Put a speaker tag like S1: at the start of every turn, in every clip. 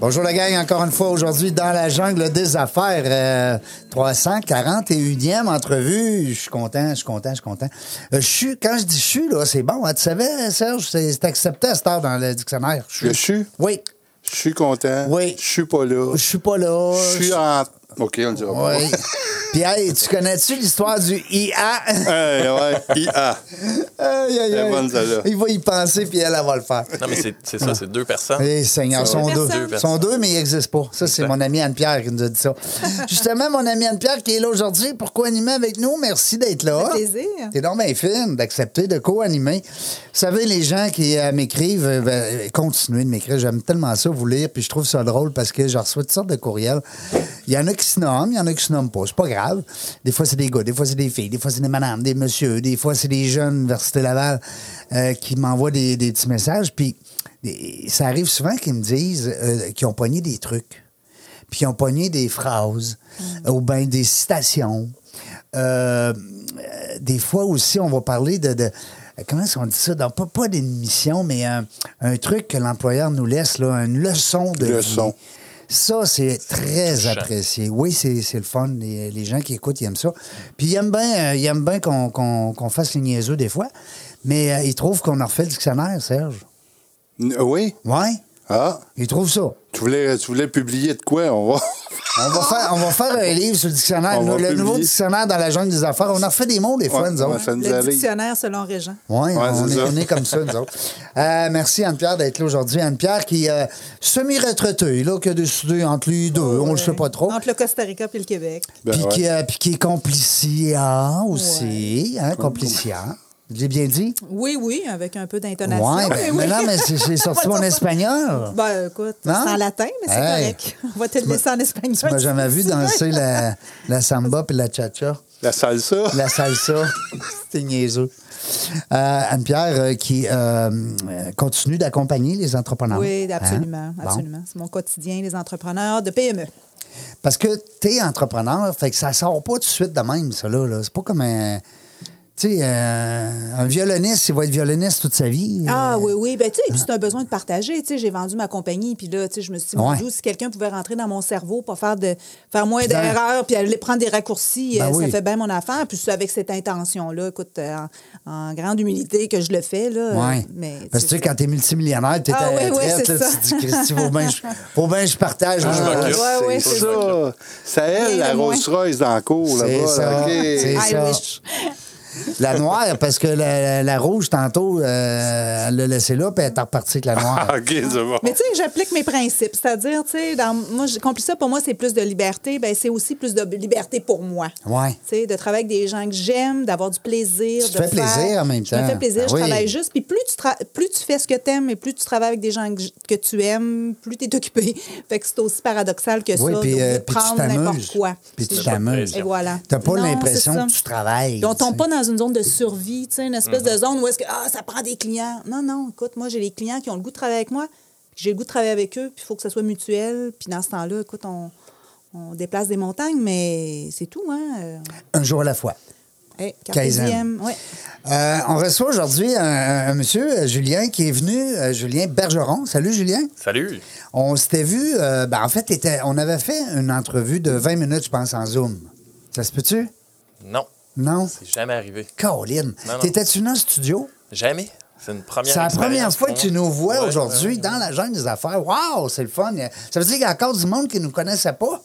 S1: Bonjour la gang, encore une fois aujourd'hui dans la jungle des affaires. euh, 341e entrevue. Je suis content, je suis content, je suis content. Euh, je suis, quand je dis je suis, là, c'est bon. hein. tu savais, Serge, c'est c'est accepté à cette heure dans le dictionnaire.
S2: Je suis,
S1: Oui.
S2: je suis content.
S1: Oui.
S2: Je suis pas là.
S1: Je suis pas là.
S2: Je suis en. OK, on le dira pas.
S1: Oui. Puis, hey, tu connais-tu l'histoire du IA?
S2: Hey, ouais, Ah. IA.
S1: Aïe, aïe,
S2: Elle est
S1: aïe.
S2: bonne, celle-là.
S1: Il va y penser, puis elle, elle va le faire.
S3: Non, mais c'est c'est ça, c'est deux personnes.
S1: Eh, Seigneur, sont
S4: Deux
S1: deux.
S4: personnes.
S1: Ils sont deux, mais ils n'existent pas. Ça, c'est
S3: Exact.
S1: mon ami Anne-Pierre qui nous a dit ça. Justement, mon ami Anne-Pierre qui est là aujourd'hui pour co-animer avec nous. Merci d'être là.
S4: Ça fait plaisir.
S1: T'es donc bien fine d'accepter de co-animer. Vous savez, les gens qui euh, m'écrivent, euh, ben, euh, continuez de m'écrire. J'aime tellement ça vous lire, puis je trouve ça drôle parce que je reçois toutes sortes de courriels. Il y en a qui se nomment, il y en a qui se nomment pas. C'est pas grave. Des fois, c'est des gars, des fois, c'est des filles, des fois, c'est des madames, des messieurs, des fois, c'est des jeunes, Université Laval, euh, qui m'envoient des, des petits messages. Puis et ça arrive souvent qu'ils me disent euh, qu'ils ont pogné des trucs, puis qu'ils ont pogné des phrases, ou bien des citations. Euh, euh, des fois aussi, on va parler de. de- comment est-ce qu'on dit ça? Dans, pas, pas d'une mission, mais un, un truc que l'employeur nous laisse, là, une leçon de
S2: Leçon.
S1: vie. Ça, c'est très
S3: touchant.
S1: apprécié. Oui, c'est c'est le fun. Les, les gens qui écoutent, ils aiment ça. Puis ils aiment bien, euh, ils aiment bien qu'on qu'on- qu'on fasse les niaiseux des fois, mais euh, ils trouvent qu'on a refait le dictionnaire, Serge.
S2: N- Oui.
S1: Ouais,
S2: Ah,
S1: ils trouvent ça.
S2: tu voulais, tu voulais publier de quoi? On va.
S1: On va, faire, on va faire un livre sur le dictionnaire.
S2: On
S1: le
S2: va publier.
S1: nouveau dictionnaire dans la jungle des affaires. On a refait des mots, des fois,
S2: Ouais,
S1: nous
S2: ouais,
S1: autres.
S2: ça nous
S4: Le
S2: arrive.
S4: dictionnaire selon Régent.
S1: Oui,
S2: Ouais,
S1: on,
S2: c'est
S1: est,
S2: ça.
S1: on est comme ça, nous autres. Euh, merci, Anne-Pierre, d'être là aujourd'hui. Anne-Pierre qui est euh, semi-retraitée, là, qui a décidé entre les deux, on ne le sait pas trop.
S4: Entre le Costa Rica et le Québec.
S2: Ben
S1: puis,
S2: ouais.
S1: qui, euh, puis qui est complicien aussi, hein, complicien. Je l'ai bien dit?
S4: Oui, oui, avec un peu d'intonation.
S1: Ouais, ben,
S4: mais
S1: mais
S4: oui.
S1: non, mais c'est- c'est sorti
S4: On va
S1: en
S4: dire ça.
S1: espagnol.
S4: Ben, écoute, c'est
S1: Non?
S4: en latin, mais c'est
S1: Hey.
S4: correct. On va te le laisser en espagnol.
S1: Tu m'as jamais vu danser la, la samba puis la cha-cha.
S2: La salsa.
S1: la salsa. C'était niaiseux. Euh, Anne-Pierre euh, qui euh, euh, continue d'accompagner les entrepreneurs.
S4: Oui, absolument,
S1: Hein? Bon.
S4: absolument. C'est mon quotidien, les entrepreneurs de PME.
S1: Hein? Parce que t'es entrepreneur, fait que ça sort pas tout de suite de même, ça là. là. C'est pas comme un. Tu sais, euh, un violoniste, il va être violoniste toute sa vie.
S4: Ah
S1: Euh,
S4: oui, oui. Ben, tu sais, puis c'est un besoin de partager. Tu sais, j'ai vendu ma compagnie, puis là, tu sais, je me suis dit, mon
S1: Ouais.
S4: Dieu, si quelqu'un pouvait rentrer dans mon cerveau pour faire, de, faire moins
S1: Puis dans-
S4: d'erreurs, puis aller prendre des raccourcis,
S1: Ben
S4: euh,
S1: oui.
S4: ça fait bien mon affaire. Puis c'est avec cette intention-là, écoute, euh, en, en grande humilité que je le fais, là. euh,
S1: Ouais.
S4: Mais,
S1: Parce que tu sais, quand t'es multimillionnaire, t'es
S4: Ah
S1: à la
S4: oui, oui,
S1: retraite,
S4: c'est
S1: là,
S4: ça.
S1: tu te dis, Christy, faut bien que je- faut bien que je partage.
S3: je
S1: Ah,
S3: m'occupe.
S4: ouais, ouais,
S2: c'est
S4: c'est
S2: ça. C'est à elle, la
S4: Rien de moins.
S2: Rolls Royce dans la
S3: Oh
S2: cour,
S1: C'est
S2: là-bas.
S1: ça.
S2: OK.
S1: C'est
S4: I
S1: ça.
S4: wish.
S1: La noire, parce que la, la- la rouge, tantôt, euh, elle l'a laissée là, puis elle est repartie avec la noire.
S2: Ah, OK, c'est bon.
S4: Mais tu sais, j'applique mes principes. C'est-à-dire, tu sais, dans, moi, j'ai compris ça, pour moi, c'est plus de liberté. Ben, c'est aussi plus de liberté pour moi.
S1: Ouais.
S4: Tu sais, de travailler avec des gens que j'aime, d'avoir du plaisir.
S1: Tu te
S4: de
S1: fais
S4: faire-
S1: plaisir en même
S4: Je
S1: temps.
S4: me fais plaisir,
S1: Ben
S4: je
S1: oui.
S4: travaille juste. Puis plus tu, tra- plus tu fais ce que t'aimes et plus tu travailles avec des gens que, j- que tu aimes, plus t'es occupé. fait que c'est aussi paradoxal que
S1: Oui,
S4: ça.
S1: puis,
S4: de
S1: euh, puis tu
S4: prendre n'importe
S1: t'amuses.
S4: quoi.
S1: Puis tu
S3: C'est-
S1: t'amuses.
S4: Et voilà.
S1: T'as pas
S4: Non, c'est
S1: l'impression
S4: ça.
S1: que tu travailles.
S4: Puis on tombe
S1: tu sais.
S4: pas dans une zone de survie, tu sais, une espèce de zone où est-ce que ah, ça prend des clients. Non, non, écoute, moi, j'ai les clients qui ont le goût de travailler avec moi, puis j'ai le goût de travailler avec eux, puis il faut que ça soit mutuel. Puis dans ce temps-là, écoute, on, on déplace des montagnes, mais c'est tout, hein? Euh,
S1: Un jour à la fois.
S4: hey, carpe
S1: Kaizen.
S4: diem, ouais.
S1: Euh, on reçoit aujourd'hui un, un monsieur, euh, Julien, qui est venu, euh, Julien Bergeron. Salut, Julien.
S3: Salut!
S1: On s'était vu, euh, ben, en fait, était- on avait fait une entrevue de 20 minutes, je pense, en Zoom. Ça se peut-tu?
S3: Non,
S1: Non?
S3: c'est jamais arrivé.
S1: Caroline,
S3: Non, non.
S1: t'étais-tu dans le studio?
S3: Jamais. C'est une première
S1: C'est la première
S3: expérience
S1: fois que
S3: pour
S1: tu
S3: moi.
S1: nous vois
S3: Ouais,
S1: aujourd'hui
S3: ouais, ouais.
S1: dans la jungle des affaires. Waouh, c'est le fun. Ça veut dire qu'il y a encore du monde qui ne nous connaissait pas?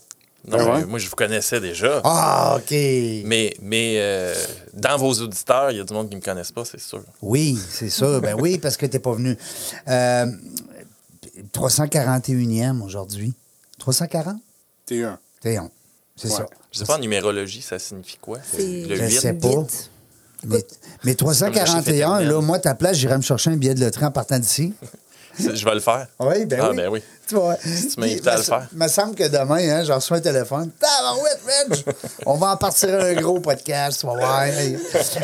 S3: Non,
S2: Ah ouais?
S3: mais moi, je vous connaissais déjà.
S1: Ah, OK.
S3: Mais, mais euh, dans vos auditeurs, il y a du monde qui ne me connaissent pas, c'est sûr.
S1: Oui, c'est ça. Ben oui, parce que t'es pas venu. Euh, 341e aujourd'hui. 340?
S2: T'es un.
S1: T'es-on. C'est
S2: Ouais.
S1: ça.
S3: Je sais pas en numérologie, ça signifie quoi?
S4: C'est-
S3: Le
S1: Je
S3: 8?
S1: sais pas.
S4: Vite.
S1: Mais, mais
S3: Comme le chiffre
S1: 341,
S3: éternel.
S1: là, moi, à ta place, j'irais me chercher un billet de le train en partant d'ici.
S3: Je vais le faire.
S1: Oui, ben
S3: Ah,
S1: oui.
S3: ben oui.
S1: Tu vois.
S3: tu m'invites à le faire.
S1: Il me semble que demain, hein, j'en reçois un téléphone. Tabarouette, Reg! On va en partir un gros podcast, tu vas voir. Hey.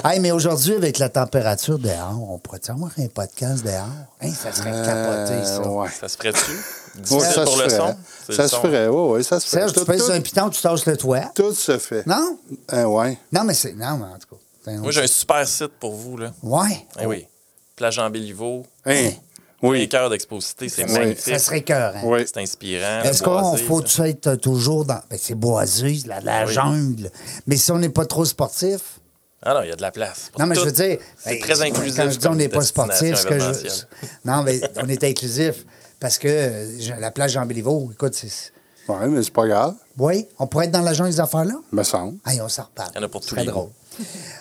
S1: Hey, mais aujourd'hui, avec la température dehors, on pourrait avoir un podcast dehors? Hein, ça serait capoté, ça.
S2: Euh, ouais.
S3: Ça se ferait-tu?
S2: Ouais,
S3: Difficile
S2: ça
S3: pour
S2: se
S3: le
S2: ferait.
S3: son?
S2: hein.
S3: C'est le
S2: Ça se
S3: son.
S2: ferait, oui, oui, ça se ferait.
S1: Serge, tu
S2: Tout-
S1: fais
S2: tout-
S1: un piton, tu tasses le toit.
S2: Tout se fait.
S1: Non?
S2: Hein, ouais.
S1: Non, mais c'est. Non, mais en tout cas. c'est un
S3: Moi,
S1: autre-
S3: j'ai un super site pour vous, là.
S1: Ouais.
S3: Eh oui. Plage en Béliveau.
S2: Hein.
S3: Oui. cœurs d'exposité, c'est magnifique.
S1: Ça serait cœur.
S2: Oui.
S3: C'est inspirant.
S1: Est-ce
S3: c'est
S1: qu'on
S3: boisé,
S1: faut
S3: ça.
S1: être toujours dans. Ben, c'est boisé, c'est la, la
S3: Oui.
S1: jungle. Mais si on n'est pas trop sportif.
S3: Ah non, il y a de la place. pour
S1: Non, mais
S3: tout.
S1: je veux dire.
S3: C'est
S1: ben,
S3: très inclusif.
S1: Quand je dis on
S3: comme
S1: n'est pas
S3: destination
S1: sportif, ce que je.
S3: événementielle.
S1: Non, mais on est inclusif. Parce que euh, je- la plage jean béliveau écoute, c'est.
S2: Ouais, mais c'est pas grave,
S1: Oui, on pourrait être dans la jungle des affaires-là?
S2: me semble.
S1: Hey, on s'en reparle.
S3: Il y en a pour
S1: Ce
S3: tous
S1: serait
S3: les
S1: drôle.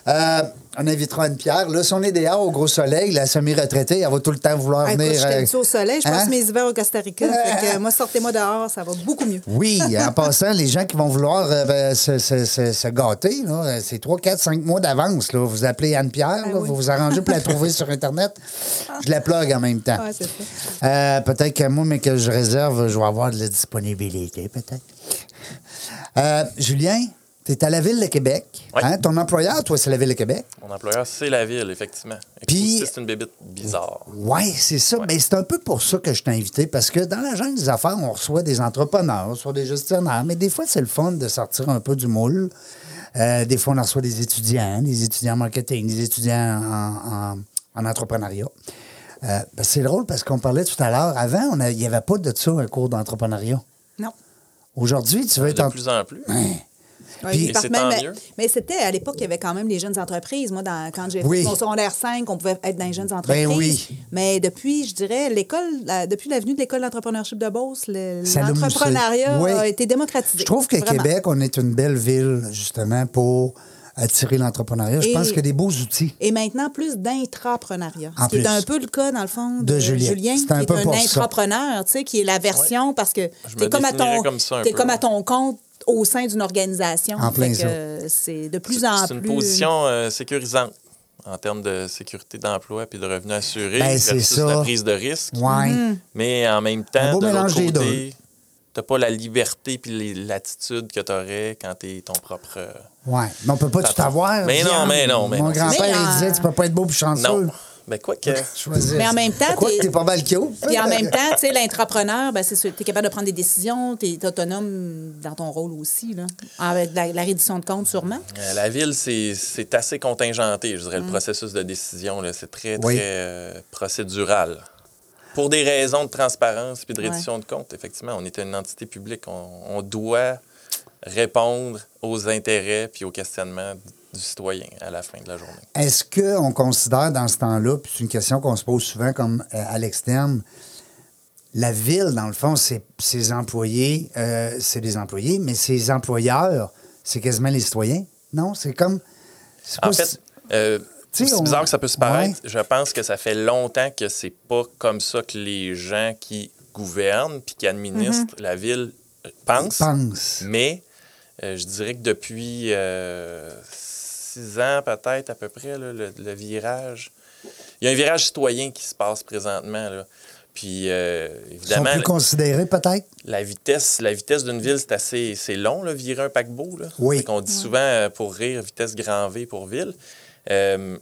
S1: Euh, on invitera une pierre. Là, si on est dehors au gros soleil, la semi-retraitée, elle va tout le temps vouloir
S4: Hey, écoute,
S1: venir.
S4: je
S1: euh,
S4: t'habitue au soleil. Je
S1: hein?
S4: passe mes hivers au Costa Rica. Fait que, euh, moi, sortez-moi dehors, ça va beaucoup mieux.
S1: Oui, en passant, les gens qui vont vouloir euh, ben, se, se- se- se gâter, là, c'est 3, 4, 5 mois d'avance. là. Vous appelez Anne-Pierre,
S4: Ah
S1: là,
S4: oui.
S1: vous vous arrangez pour la trouver sur Internet. Je la plug en même temps.
S4: Ouais, c'est ça.
S1: Euh, peut-être que moi, mais que je réserve, je vais avoir de la disponibilité, peut-être. Euh, Julien, tu es à la Ville de Québec.
S3: Oui.
S1: Hein? Ton employeur, toi, c'est la Ville de Québec.
S3: Mon employeur, c'est la ville, effectivement.
S1: Puis-
S3: Puis. C'est une bébite bizarre.
S1: Oui, c'est ça. Mais c'est un peu pour ça que je t'ai invité, parce que dans la jungle des affaires, on reçoit des entrepreneurs, on reçoit des gestionnaires, mais des fois, c'est le fun de sortir un peu du moule. Euh, des fois, on en reçoit des étudiants, des étudiants en marketing, des étudiants en, en- en entrepreneuriat. Euh, ben, c'est drôle parce qu'on parlait tout à l'heure, avant, on a- il n'y avait pas de ça, un cours d'entrepreneuriat.
S4: Non.
S1: Aujourd'hui, tu veux être
S3: De
S1: en... Hein?
S3: plus en plus.
S4: Ouais,
S1: Puis-
S4: ils
S3: Et
S4: partent
S3: c'est
S4: même-
S3: tant
S4: mais
S3: mieux.
S4: mais c'était à l'époque, il y avait quand même les jeunes entreprises. Moi, dans- quand j'ai
S1: Oui. Ben
S4: fait mon secondaire 5, on pouvait être dans les jeunes entreprises.
S1: oui.
S4: Mais depuis, je dirais, l'école, la- depuis l'avenue de l'école d'entrepreneurship de Beauce, le-
S1: Ça nous-
S4: l'entrepreneuriat
S1: Oui.
S4: a été démocratisé.
S1: Je trouve que
S4: Vraiment.
S1: Québec, on est une belle ville, justement, pour attirer l'entrepreneuriat. Je
S4: Et-
S1: pense qu'il y a des beaux outils.
S4: Et maintenant, plus d'intrapreneuriat.
S1: En
S4: Ce qui
S1: plus.
S4: est un peu le cas, dans le fond, de,
S1: De Julien. C'est
S4: qui
S1: un
S4: est
S1: peu
S4: un
S1: pour ça.
S4: intrapreneur, tu sais, qui est la version parce que
S3: Je
S4: t'es
S3: me
S4: comme, à ton-
S3: définirais comme ça un
S4: t'es
S3: peu,
S4: comme à
S3: ouais.
S4: ton compte au sein d'une organisation.
S1: En plein
S4: Fait
S1: ça.
S4: que, euh, C'est de plus
S3: C'est
S4: en plus.
S3: c'est une position euh, sécurisante en termes de sécurité d'emploi puis de revenus assurés
S1: Ben, c'est
S3: versus
S1: ça.
S3: la prise de risque.
S1: Ouais.
S4: Mhm.
S3: Mais en même
S1: Un
S3: temps,
S1: beau
S3: de
S1: mélange
S3: l'autre
S1: des
S3: côté, t'as pas la liberté puis les- l'attitude que tu aurais quand tu es ton propre... euh,
S1: Ouais, mais on peut pas tout
S3: Patron.
S1: avoir.
S3: Mais non,
S1: Diane.
S3: mais non, mais
S1: Mon
S3: non.
S1: grand-père,
S4: Mais,
S1: il
S4: euh,
S1: disait, tu peux pas être beau puis chanceux.
S3: non. Mais quoi que...
S1: Choisir.
S4: Mais en même temps,
S1: Quoi
S4: t'es-
S1: que t'es pas mal cute.
S4: Puis en même temps, tu sais, l'intrapreneur, ben, c'est sûr, t'es capable de prendre des décisions, t'es autonome dans ton rôle aussi, là. Avec la, la reddition de compte, sûrement.
S3: Euh, La ville, c'est- c'est assez contingenté, je dirais. Le processus de décision, là, c'est très, très
S1: Mm. Oui.
S3: euh, procédural. Pour des raisons de transparence puis de réduction de comptes, effectivement, on est une entité publique. On, on doit répondre aux intérêts puis aux questionnements du citoyen à la fin de la journée.
S1: Est-ce qu'on considère dans ce temps-là, puis c'est une question qu'on se pose souvent comme euh, à l'externe, la ville, dans le fond, c'est- ses employés, euh, c'est des employés, mais ses employeurs, c'est quasiment les citoyens? Non, c'est comme. c'est
S3: En
S1: pas-
S3: fait, euh,
S1: Tu sais,
S3: aussi
S1: on-
S3: bizarre que ça peut se paraître,
S1: Ouais.
S3: je pense que ça fait longtemps que c'est pas comme ça que les gens qui gouvernent puis qui
S1: Mm-hmm.
S3: administrent la ville euh, pensent.
S1: pense.
S3: Mais euh, je dirais que depuis euh, six ans, peut-être à peu près, là, le, le virage. Il y a un virage citoyen qui se passe présentement. là. Puis, euh,
S1: Ils sont
S3: évidemment,
S1: plus considérés, peut-être?
S3: la vitesse, la vitesse d'une ville, c'est assez c'est long, là, virer un paquebot. Là.
S1: Oui.
S3: Fait qu'on dit souvent, euh, pour rire, vitesse grand V pour ville. Euh,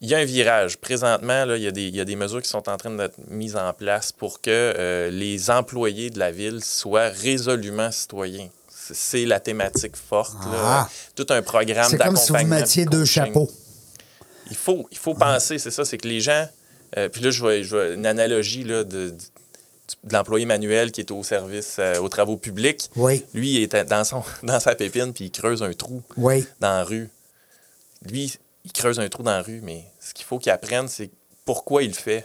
S3: il y a un virage. Présentement, là, il, y a des, il y a des mesures qui sont en train d'être mises en place pour que euh, les employés de la ville soient résolument citoyens. C'est- C'est la thématique forte. là.
S1: Ah.
S3: Tout un programme
S1: C'est comme si vous
S3: d'accompagnement,
S1: mettiez
S3: de
S1: deux
S3: coaching.
S1: chapeaux.
S3: Il faut, il faut penser, c'est ça, c'est que les gens. euh, puis là, je vois, je vois une analogie là, de, de, de l'employé manuel qui est au service, euh, aux travaux publics.
S1: Oui.
S3: Lui, il est à- dans, son, dans sa pépine, puis il creuse un trou
S1: Oui.
S3: dans la rue. Lui, il creuse un trou dans la rue, mais ce qu'il faut qu'il apprenne, c'est pourquoi il le fait.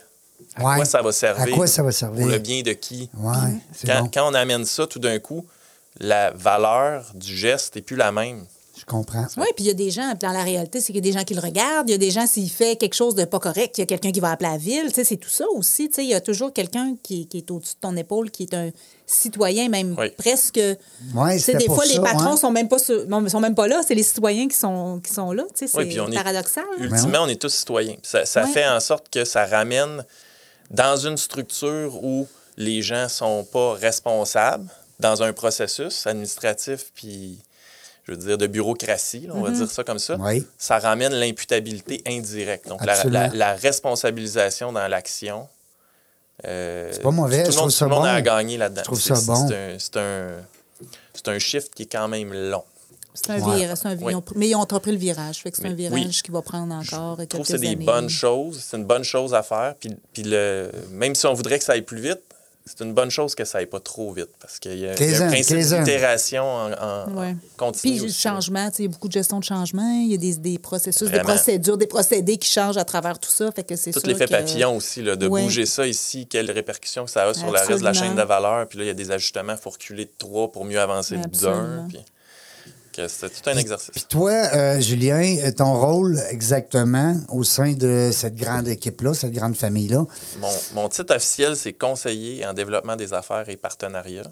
S3: À
S1: Ouais.
S3: quoi ça va servir.
S1: À quoi ça va servir?
S3: Pour le bien de qui.
S1: Ouais, c'est
S3: Quand,
S1: bon.
S3: quand on amène ça, tout d'un coup, la valeur du geste n'est plus la même.
S1: Je comprends.
S4: Oui, puis il y a des gens, puis dans la réalité, c'est qu'il y a des gens qui le regardent, il y a des gens, s'il fait quelque chose de pas correct, il y a quelqu'un qui va appeler la ville, tu sais, c'est tout ça aussi, tu sais, il y a toujours quelqu'un qui, qui est au-dessus de ton épaule, qui est un citoyen, même
S3: Oui.
S4: presque...
S1: Ouais,
S4: Tu sais,
S1: c'était
S4: des
S1: pour
S4: fois, les
S1: ça, hein.
S4: patrons
S1: ouais.
S4: sont même pas sur- non, sont même pas là, c'est les citoyens qui sont, qui sont là, tu sais, c'est
S3: Oui, puis on est-
S4: paradoxal.
S3: Ultimement, on est tous citoyens. Puis Ça, ça
S4: Ben Ouais.
S3: fait en sorte que ça ramène dans une structure où les gens sont pas responsables, dans un processus administratif, puis je veux dire de bureaucratie, là, on va dire ça comme ça,
S1: Oui.
S3: ça ramène l'imputabilité indirecte. Donc, la,
S1: Absolument.
S3: la- la responsabilisation dans l'action. euh,
S1: C'est pas mauvais,
S3: Tout
S1: je
S3: le monde,
S1: trouve ça
S3: tout le monde a
S1: bon.
S3: à gagner là-dedans.
S1: Je trouve
S3: C'est-
S1: ça
S3: c'est-
S1: bon.
S3: C'est un- c'est un, c'est un shift qui est quand même long.
S4: C'est un
S1: Ouais.
S4: virage, c'est un-
S3: Oui.
S4: ils ont- mais ils ont entrepris le virage, fait que c'est un
S3: Mais
S4: virage
S3: oui.
S4: qui va prendre encore
S3: Je trouve que
S4: quelques
S3: c'est des
S4: années.
S3: bonnes choses. C'est une bonne chose à faire. Puis, puis le, même si on voudrait que ça aille plus vite, c'est une bonne chose que ça aille pas trop vite. Parce qu'il y a, il y a
S1: Quinzaine,
S3: un principe
S1: quinzaine.
S3: d'itération en, en- en
S4: Ouais.
S3: continu.
S4: Puis le
S3: aussi.
S4: changement, tu sais, il y a beaucoup de gestion de changement, il y a des, des processus,
S3: Vraiment.
S4: des procédures, des procédés qui changent à travers tout ça. Fait que c'est
S3: Tout
S4: sûr
S3: l'effet
S4: que-
S3: papillon aussi, là, de
S4: Ouais.
S3: bouger ça ici, quelles répercussions que ça a sur le reste de la
S4: Absolument.
S3: chaîne de valeur. Puis là, il y a des ajustements, il faut reculer de trois pour mieux avancer de d'un.
S4: Absolument.
S3: Puis que c'est tout un
S1: Puis
S3: exercice.
S1: toi, euh, Julien, euh, ton rôle exactement au sein de cette grande équipe-là, cette grande famille-là,
S3: Mon, mon titre officiel, c'est conseiller en développement des affaires et partenariats.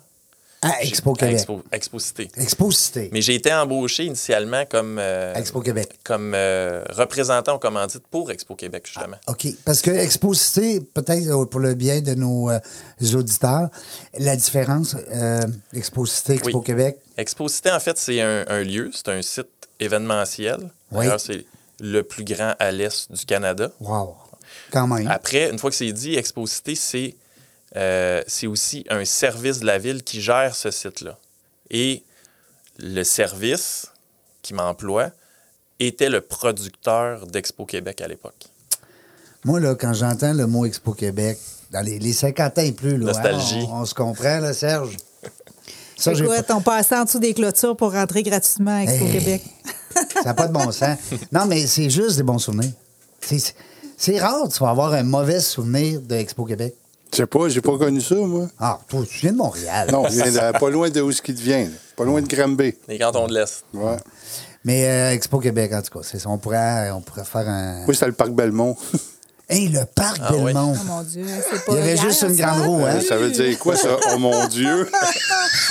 S1: à Expo
S3: J'ai- à
S1: Québec. Expo,
S3: Expo- Exposité.
S1: Cité.
S3: Mais j'ai été embauché initialement comme, euh,
S1: À Expo Québec.
S3: comme euh, représentant ou commandite pour Expo Québec, justement.
S1: OK. Parce que Expo Cité, peut-être euh, pour le bien de nos euh, auditeurs, la différence, euh, Expo Cité, Expo
S3: Oui.
S1: Québec,
S3: Expo Cité, en fait, c'est un, un lieu, c'est un site événementiel.
S1: Oui.
S3: D'ailleurs, c'est le plus grand à l'est du Canada.
S1: wow, quand même.
S3: Après, une fois que c'est dit, Expo Cité, c'est euh, c'est aussi un service de la ville qui gère ce site-là. Et le service qui m'emploie était le producteur d'Expo Québec à l'époque.
S1: Moi, là, quand j'entends le mot Expo Québec, dans les, les 50 ans et plus, là,
S3: Nostalgie.
S1: on, on se comprend, là, Serge? Ça, j'ai
S4: Écoute, on passait en dessous des clôtures pour rentrer gratuitement à Expo
S1: Hey.
S4: Québec.
S1: Ça n'a pas de bon sens. Non, mais c'est juste des bons souvenirs. C'est- C'est rare, tu vas avoir un mauvais souvenir de Expo Québec.
S2: Je sais pas, j'ai pas connu ça, moi.
S1: Ah, toi, tu viens de Montréal.
S2: Non, il vient de- pas loin de où ce qu'il devient. là. Pas loin de Granby.
S3: Les cantons de l'Est.
S2: Ouais.
S1: Mais euh, Expo Québec, en tout cas, c'est ça. On pourrait, on pourrait faire un.
S2: Moi, c'était le parc Belmont.
S1: Hey, le parc
S3: Ah oui.
S1: Belmont.
S4: Oh mon Dieu, c'est pas
S1: Il y avait
S4: hier,
S1: juste une
S4: ça.
S1: grande roue, hein?
S2: Ça veut dire quoi, ça? Oh mon Dieu!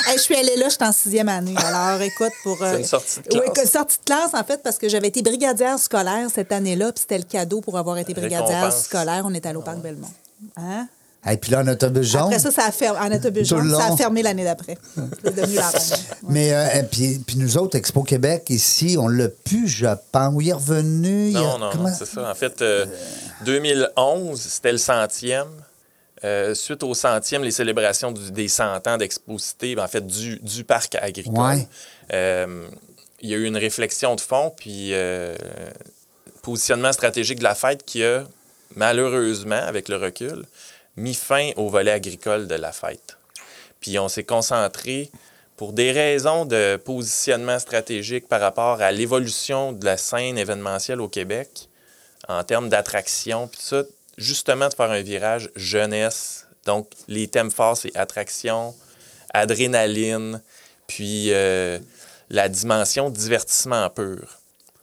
S4: Hey, je suis allée là, j'étais en sixième année. Alors, écoute, pour. euh,
S3: C'est une sortie de classe.
S4: Oui, que- sortie de classe, en fait, parce que j'avais été brigadière scolaire cette année-là, puis c'était le cadeau pour avoir été brigadière
S3: Récompense. Ah
S4: scolaire. On est allé au Parc Belmont. Hein?
S1: Et puis là, un autobus jaune.
S4: Après ça, ça a fermé, en autobus
S1: Tout le
S4: jaune, ça
S1: long.
S4: a fermé l'année d'après. C'est devenu la ronde.
S1: Mais euh, et puis, puis nous autres, Expo Québec, ici, on l'a pu, je pense. Oui, il est revenu. il y a-
S3: Non, non,
S1: comment-
S3: non, c'est ça. En fait, euh, 2011, c'était le centième. Euh, suite au centième, les célébrations du- des 100 ans d'Exposité, ben, en fait, du, du parc agricole,
S1: Ouais.
S3: euh, il y a eu une réflexion de fond, puis euh, positionnement stratégique de la fête qui a, malheureusement, avec le recul, mis fin au volet agricole de la fête. Puis on s'est concentré pour des raisons de positionnement stratégique par rapport à l'évolution de la scène événementielle au Québec en termes d'attraction, puis tout ça, justement de faire un virage jeunesse. Donc, les thèmes forts, c'est attraction, adrénaline, puis euh, la dimension divertissement pur,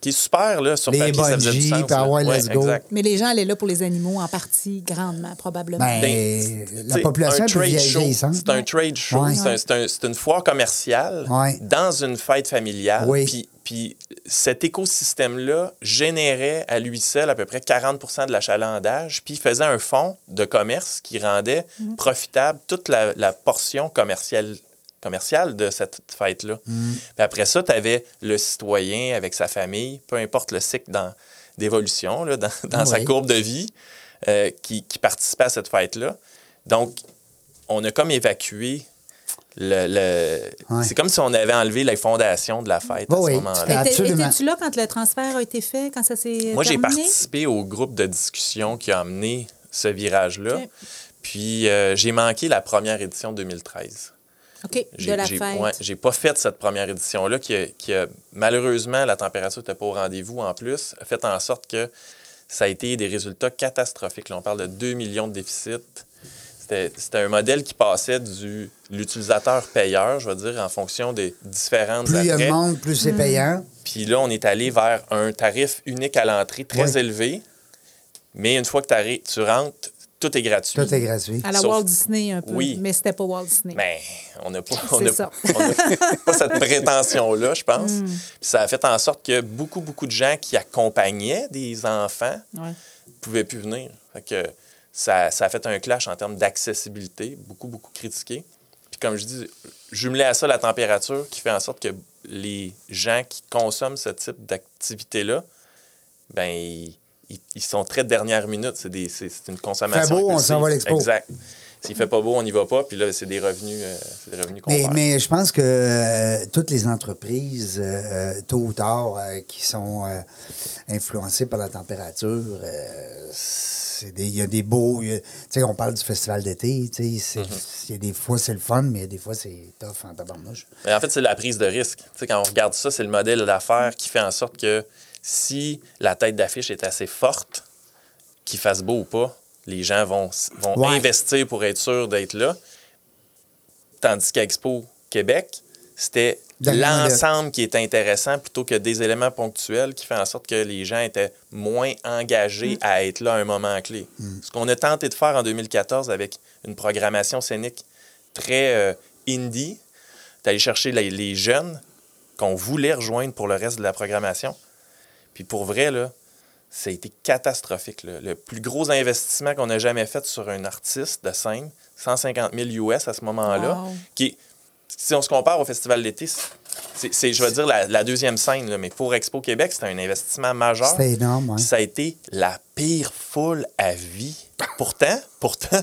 S3: qui est super, là, sur
S1: Les
S3: papier, ça faisait du
S1: bungees,
S3: sens.
S1: puis
S3: là.
S1: ah ouais, let's go.
S3: exact.
S4: Mais les gens allaient là pour les animaux en partie, grandement, probablement.
S1: Ben,
S3: Ben,
S1: la
S3: T'sais,
S1: population
S3: un
S1: est plus
S3: trade show,
S1: vieillissante.
S3: C'est un trade show.
S1: Ouais.
S3: C'est un- c'est un- c'est une foire commerciale
S1: Ouais.
S3: dans une fête familiale.
S1: Oui.
S3: Puis, puis cet écosystème-là générait à lui seul à peu près 40 de l'achalandage, puis il faisait un fonds de commerce qui rendait
S1: Mm-hmm.
S3: profitable toute la, la portion commerciale commerciale de cette fête-là.
S1: Mm.
S3: Puis après ça, tu avais le citoyen avec sa famille, peu importe le cycle dans- d'évolution, là, dans, dans sa
S1: Oui.
S3: courbe de vie, euh, qui, qui participait à cette fête-là. Donc, on a comme évacué le. le-
S1: Ouais.
S3: C'est comme si on avait enlevé les fondations de la fête à
S1: Oui, oui,
S3: ce
S1: tout à
S3: moment-là.
S1: fait.
S4: Étais-
S1: ben, absolument.
S4: Étais-tu là quand le transfert a été fait, quand ça s'est
S3: Moi, j'ai
S4: terminé?
S3: participé au groupe de discussion qui a amené ce virage-là.
S4: Ok.
S3: Puis, euh, j'ai manqué la première édition 2013.
S4: OK, de
S3: J'ai
S4: la
S3: j'ai-
S4: fête.
S3: ouais, j'ai pas fait cette première édition-là qui, a- qui a- malheureusement, la température n'était pas au rendez-vous en plus, a fait en sorte que ça a été des résultats catastrophiques. Là, on parle de 2 millions de déficits. C'était c'était un modèle qui passait du l'utilisateur-payeur, je vais dire, en fonction des différentes
S1: Plus il y a de
S3: attraits.
S1: monde, plus
S4: Mm.
S1: c'est payant.
S3: Puis là, on est allé vers un tarif unique à l'entrée, très
S1: Oui.
S3: élevé. Mais une fois que t'arri- tu rentres, tout est gratuit.
S1: Tout est gratuit.
S4: À la
S3: Sauf-
S4: Walt Disney un peu,
S3: Oui.
S4: mais c'était pas Walt Disney.
S3: Mais Ben, on n'a pas,
S4: C'est
S3: on n'a-
S4: ça. Mm.
S3: on n'a pas cette prétention-là, je pense. Puis ça a fait en sorte que beaucoup, beaucoup de gens qui accompagnaient des enfants
S4: Ouais.
S3: ne pouvaient plus venir. Fait que ça, ça a fait un clash en termes d'accessibilité, beaucoup, beaucoup critiqué. Puis comme je dis, jumelé à ça la température qui fait en sorte que les gens qui consomment ce type d'activité-là, ben ils, ils- ils sont très de dernière minute. C'est des- c'est- c'est une consommation.
S1: Fait beau, on
S3: impulsive.
S1: s'en va à l'expo.
S3: Exact. S'il fait pas beau, on n'y va pas. Puis là, c'est des revenus, euh, c'est des revenus qu'on
S1: Mais,
S3: perd.
S1: mais je pense que euh, toutes les entreprises, euh, euh, tôt ou tard, euh, qui sont euh, influencées par la température, euh, c'est des- il y a des beaux. il y a- Tu sais, on parle du festival d'été. Tu sais, c'est-
S3: Mhm.
S1: il y a des fois c'est le fun, mais il y a des fois c'est tough en tabarnouche.
S3: Mais en fait, c'est la prise de risque. Tu sais, quand on regarde ça, c'est le modèle d'affaires qui fait en sorte que si la tête d'affiche est assez forte, qu'il fasse beau ou pas, les gens vont, s- vont
S1: Ouais.
S3: investir pour être sûr d'être là. Tandis qu'à Expo Québec, c'était
S1: Dans le modèle.
S3: l'ensemble qui est intéressant plutôt que des éléments ponctuels qui fait en sorte que les gens étaient moins engagés à être là à un moment clé. Ce qu'on a tenté de faire en 2014 avec une programmation scénique très euh, indie, d'aller chercher les, les jeunes qu'on voulait rejoindre pour le reste de la programmation. Puis pour vrai, là, ça a été catastrophique. là. Le plus gros investissement qu'on a jamais fait sur un artiste de scène, 150 000 US à ce moment-là,
S4: Wow.
S3: qui est- si on se compare au Festival d'été, c'est, c'est, je vais dire, la, la deuxième scène, là, mais pour Expo Québec, c'était un investissement majeur.
S1: C'était énorme, hein.
S3: Ça a été la pire foule à vie. Pourtant, pourtant,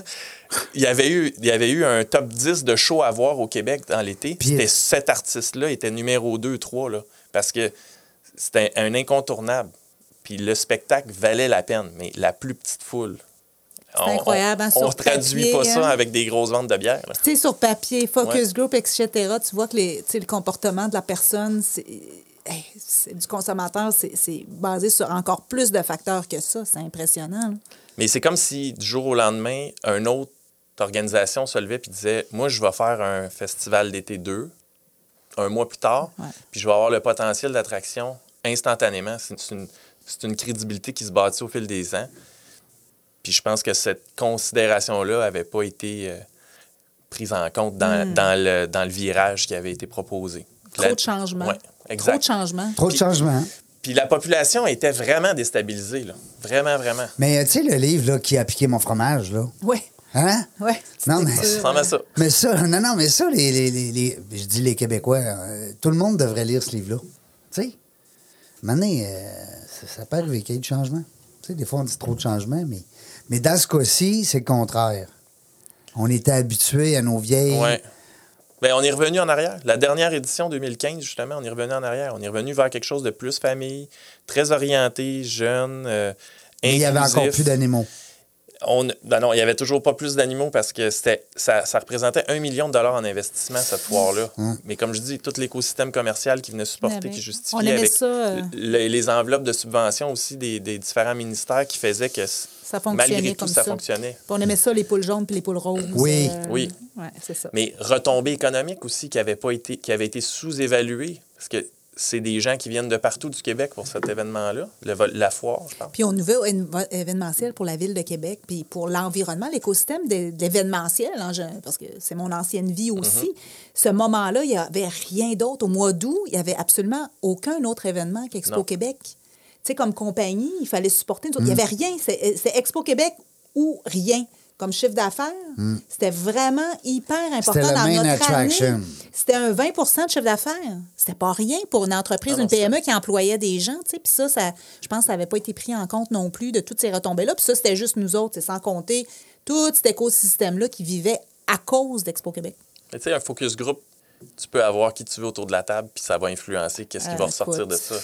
S3: il y avait eu, il y avait eu un top 10 de shows à voir au Québec dans l'été.
S1: Puis-
S4: euh,
S3: C'était cet artiste-là était numéro 2, 3, là, parce que c'était un, un incontournable. Puis le spectacle valait la peine, mais la plus petite foule. On-
S4: incroyable, hein,
S3: On
S4: sur
S3: ne traduit
S4: papier,
S3: pas
S4: hein.
S3: ça avec des grosses ventes de bière. là.
S4: Tu sais, sur papier, focus
S3: Ouais.
S4: group, etc., tu vois que les, tu sais, le comportement de la personne c'est hey, c'est- du consommateur, c'est c'est basé sur encore plus de facteurs que ça. C'est impressionnant. là.
S3: Mais c'est comme si du jour au lendemain, une autre organisation se levait et disait Moi, je vais faire un festival d'été 2, un mois plus tard,
S4: Ouais.
S3: puis je vais avoir le potentiel d'attraction instantanément. C'est c'est une, c'est une crédibilité qui se bâtit au fil des ans. Puis je pense que cette considération-là n'avait pas été euh, prise en compte dans, dans le, dans le virage qui avait été proposé.
S4: Hmm. Trop de changements.
S3: Ouais,
S4: Trop de
S3: exact.
S4: changements.
S1: Trop de
S3: Puis-
S1: changements.
S3: Puis la population était vraiment déstabilisée, là. Vraiment, vraiment.
S1: Mais euh, tu sais, le livre là, qui a piqué mon fromage, là.
S4: Oui,
S1: Hein?
S4: oui.
S1: Non,
S4: Euh,
S1: mais-
S3: Ça ressemble à ça.
S1: Mais ça, non, non, mais ça, les, les- les- les- je dis les Québécois, euh, tout le monde devrait lire ce livre-là. Tu sais, maintenant, ça, ça peut arriver qu'il y ait du changement. Tu sais, des fois, on dit trop de changement, mais, mais dans ce cas-ci, c'est le contraire. On était habitués à nos vieilles.
S3: Ouais. Ben, on est revenu en arrière. La dernière édition 2015, justement, on est revenu en arrière. On est revenu vers quelque chose de plus famille, très orienté, jeune, euh,
S1: mais il y avait encore
S3: inclusif.
S1: plus d'animaux.
S3: On- ben non, il n'y avait toujours pas plus d'animaux parce que c'était ça, ça représentait un million de dollars en investissement cette foire-là.
S1: Hein?
S3: Mais comme je dis, tout l'écosystème commercial qui venait supporter,
S4: Avec-
S3: qui
S4: on
S3: justifiait
S4: aimait
S3: avec
S4: ça, euh.
S3: le- les enveloppes de subvention aussi des, des différents ministères qui faisaient que c-
S4: Ça fonctionnait
S3: malgré tout,
S4: comme
S3: ça
S4: ça.
S3: fonctionnait.
S4: Puis on aimait ça, les poules jaunes puis les poules roses. euh,
S1: Oui.
S3: Oui.
S4: Ouais, c'est ça.
S3: Mais retombées économiques aussi qui avaient, pas été, qui avaient été sous-évaluées, parce que c'est des gens qui viennent de partout du Québec pour cet événement-là, le vol- la foire, je parle.
S4: Puis on nouveau éve- événementiel pour la ville de Québec, puis pour l'environnement, l'écosystème de, de l'événementiel, hein, je- parce que c'est mon ancienne vie aussi.
S3: Mm-hmm.
S4: Ce moment-là, il n'y avait rien d'autre. Au mois d'août, il n'y avait absolument aucun autre événement qu'Expo
S3: Non. Mm.
S4: Québec. Tu sais, comme compagnie, il fallait supporter. nous autres. Il n'y avait rien. C'est euh, c'est Expo Québec ou rien. Comme chiffre d'affaires,
S3: Mm.
S4: c'était vraiment hyper important
S1: C'était le
S4: dans
S1: main
S4: notre
S1: attraction.
S4: année. C'était un 20 de chiffre d'affaires. C'était pas rien pour une entreprise,
S3: Ah Non, non,
S4: une PME qui employait des gens, tu sais. Puis ça, ça, je pense que ça n'avait pas été pris en compte non plus de toutes ces retombées-là. Puis ça, c'était juste nous autres, c'est sans compter tout cet écosystème-là qui vivait à cause d'Expo Québec.
S3: Mais tu sais, un focus group, tu peux avoir qui tu veux autour de la table, puis ça va influencer qu'est-ce qui
S4: Ah,
S3: va ressortir
S4: écoute.
S3: de ça.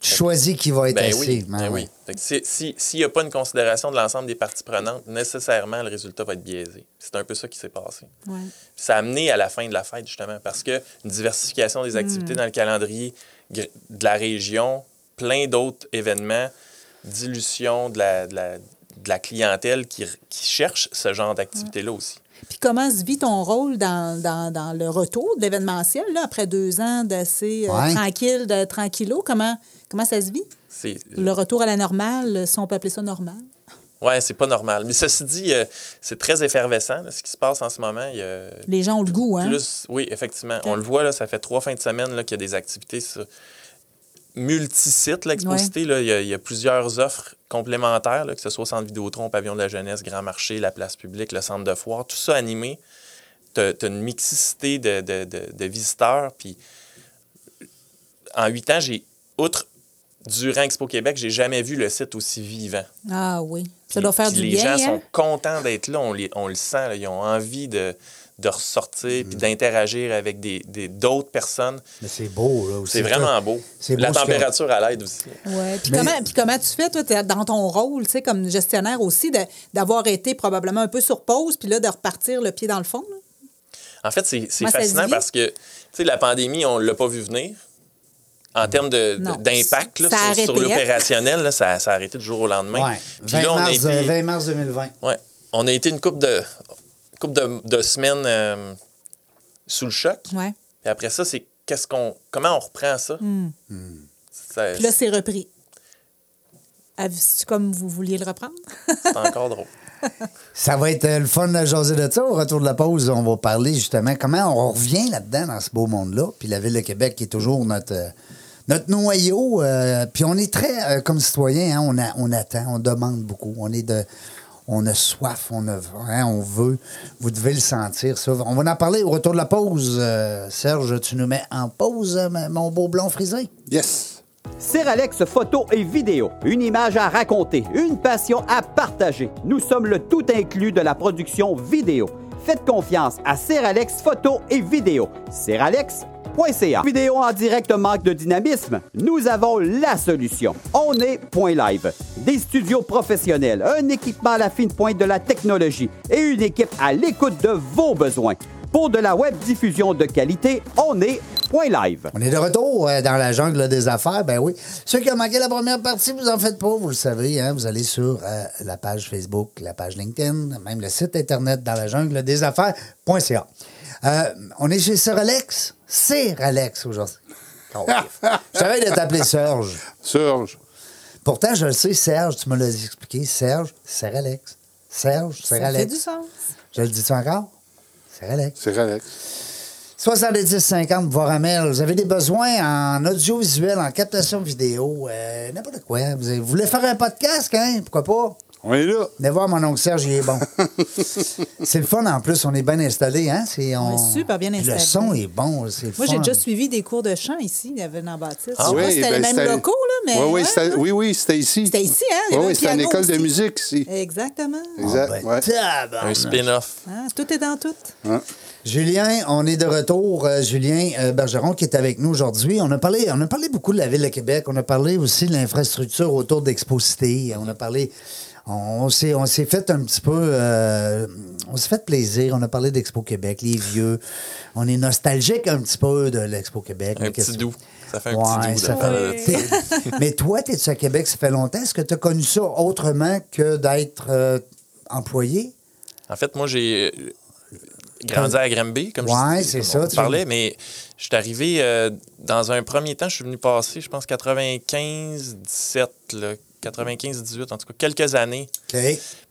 S1: Tu choisis qui va être
S3: Ben
S1: assis.
S3: oui,
S1: Ben
S3: ben
S1: ouais.
S3: oui. Fait que si- si- S'il n'y a pas une considération de l'ensemble des parties prenantes, nécessairement, le résultat va être biaisé. C'est un peu ça qui s'est passé.
S4: Ouais.
S3: Ça a amené à la fin de la fête, justement, parce que une diversification des activités dans le calendrier gr- de la région, plein d'autres événements, dilution de la, de la- de de la clientèle qui, qui cherche ce genre d'activité-là aussi.
S4: Puis comment se vit ton rôle dans, dans- dans le retour de l'événementiel, là, après deux ans d'assez euh,
S1: Ouais.
S4: tranquille, de tranquillo? Comment, comment ça se vit?
S3: C'est
S4: Le retour à la normale, si on peut appeler ça normal.
S3: ouais, c'est pas normal. Mais ceci dit, euh, c'est très effervescent là, ce qui se passe en ce moment. Il y a
S4: Les gens ont le goût, hein?
S3: plus- oui, effectivement.
S4: Ok.
S3: On le voit là, ça fait trois fins de semaine là, qu'il y a des activités sur- multisites l'exposité. là. Il, y a- il y a plusieurs offres complémentaires, là, que ce soit au Centre Vidéotron, Pavillon de la Jeunesse, Grand Marché, la Place Publique, le Centre de Foire, tout ça animé. Tu as, une mixité de, de- de- de visiteurs. Puis en huit ans, j'ai, outre durant Expo Québec, j'ai jamais vu le site aussi vivant.
S4: Ah oui. Ça
S3: Puis-
S4: doit faire
S3: puis
S4: du
S3: les
S4: bien.
S3: gens
S4: hein?
S3: sont contents d'être là, on, les- on le sent, là, ils ont envie de, de ressortir
S1: Mm.
S3: puis d'interagir avec des- des- d'autres personnes.
S1: Mais c'est beau, là, aussi.
S3: C'est vraiment beau.
S1: c'est beau
S3: La
S1: ce que-
S3: température à l'aide aussi.
S4: Ouais. Puis,
S1: Mais-
S4: comment, puis comment tu fais, toi, t'es dans ton rôle, tu sais, comme gestionnaire aussi, de- d'avoir été probablement un peu sur pause, puis là, de repartir le pied dans le fond? là?
S3: En fait, c'est c'est
S4: Comment ça se
S3: fascinant
S4: vit?
S3: parce que tu sais, la pandémie, on ne l'a pas vu venir. En
S1: Mm.
S3: termes de-
S4: Non.
S3: de- d'impact là,
S4: Ça a
S3: sur, sur
S4: arrêté.
S3: l'opérationnel, là, ça, ça a arrêté du jour au lendemain.
S1: Ouais.
S3: Puis
S1: 20,
S3: là, on a
S1: mars,
S3: été-
S1: euh, 20 mars 2020.
S3: Ouais. On a été une couple de, couple de, de semaines euh, sous le choc.
S4: Ouais.
S3: Puis après ça, c'est qu'est-ce qu'on, comment on reprend ça?
S1: Hmm.
S3: Ça-
S4: Puis là, c'est repris. Ah, C'est-tu comme vous vouliez le reprendre?
S3: c'est encore drôle.
S1: Ça va être euh, le fun de jaser de ça. Au retour de la pause, on va parler justement comment on revient là-dedans, dans ce beau monde-là. Puis la Ville de Québec qui est toujours notre, euh, notre noyau. euh, puis on est très, euh, comme citoyen, hein, on, a- on attend, on demande beaucoup. On est de... On a soif, on, a, hein, on veut. Vous devez le sentir, ça. On va en parler au retour de la pause. Euh, Serge, tu nous mets en pause, euh, mon beau blond frisé?
S2: Yes.
S5: Alex photo et vidéo. Une image à raconter, une passion à partager. Nous sommes le tout inclus de la production vidéo. Faites confiance à Alex photo et vidéo. Seralex.ca. Vidéo en direct manque de dynamisme. Nous avons la solution. On est Point Live. Des studios professionnels, un équipement à la fine pointe de la technologie et une équipe à l'écoute de vos besoins. Pour de la web diffusion de qualité, on est Point Live.
S1: On est de retour euh, dans la jungle des affaires, ben oui. Ceux qui ont manqué la première partie, vous en faites pas, vous le savez. hein. Vous allez sur euh, la page Facebook, la page LinkedIn, même le site Internet dans la jungle des affaires.ca. Euh, on est chez Sir Alex. Sir Alex aujourd'hui. Oh, je savais de t'appeler Serge.
S2: Serge.
S1: Pourtant, je le sais, Serge, tu me l'as expliqué. Serge, Sir Alex. Serge, Sir
S4: Ça fait du
S1: Alex.
S4: sens.
S1: Je le dis-tu encore? Sir Alex.
S2: C'est Alex.
S1: 70-50 Voramel. Vous avez des besoins en audiovisuel, en captation vidéo, euh, n'importe quoi. Vous, avez- vous voulez faire un podcast, hein? Pourquoi pas?
S2: On est là.
S1: Venez voir mon oncle Serge, il est bon. c'est le fun en plus, on est bien installé, hein? C'est, on...
S4: On est super bien
S1: Le
S4: installé.
S1: son est bon, c'est le
S4: Moi,
S1: fun.
S4: j'ai déjà suivi des cours de chant ici, à Venant-Baptiste.
S3: Ah
S4: Je sais
S3: oui,
S4: pas si c'était
S2: ben,
S4: le même
S2: c'était-
S4: locaux, là, mais.
S2: Oui, oui,
S4: ouais,
S2: c'était,
S4: hein?
S2: oui, oui, c'était ici.
S4: C'était ici, hein? Il y
S2: Oui,
S4: avait un
S2: oui, c'était une
S4: piano
S2: école de
S4: aussi. Ah,
S2: musique ici.
S4: Exactement.
S2: Exact.
S1: Ben,
S2: ouais.
S3: Un
S1: tabarnak.
S3: spin-off.
S4: Hein, Tout est dans tout.
S1: Julien, on est de retour. Euh, Julien euh, Bergeron qui est avec nous aujourd'hui. On a parlé, on a parlé beaucoup de la ville de Québec. On a parlé aussi de l'infrastructure autour d'Exposité. On a parlé, on, on s'est, on s'est fait un petit peu, euh, on s'est fait plaisir. On a parlé d'Expo Québec, les vieux. On est nostalgique un petit peu de l'Expo Québec.
S3: Un
S1: Mais qu'est-ce
S3: petit
S1: que-
S3: doux. Ça fait un
S1: Ouais,
S3: petit doux.
S1: ça
S3: de
S1: fait-
S3: parler de ça.
S1: T'es- Mais toi, t'es tu à Québec, ça fait longtemps. Est-ce que tu as connu ça autrement que d'être euh, employé?
S3: En fait, moi, j'ai euh, grandi à Granby, comme
S1: Ouais,
S3: je
S1: c'est
S3: comme
S1: ça,
S3: on
S1: tu-
S3: parlais, mais je suis arrivé euh, dans un premier temps, je suis venu passer, je pense, 95, 17, là, 95, 18, en tout cas, quelques années.
S1: OK.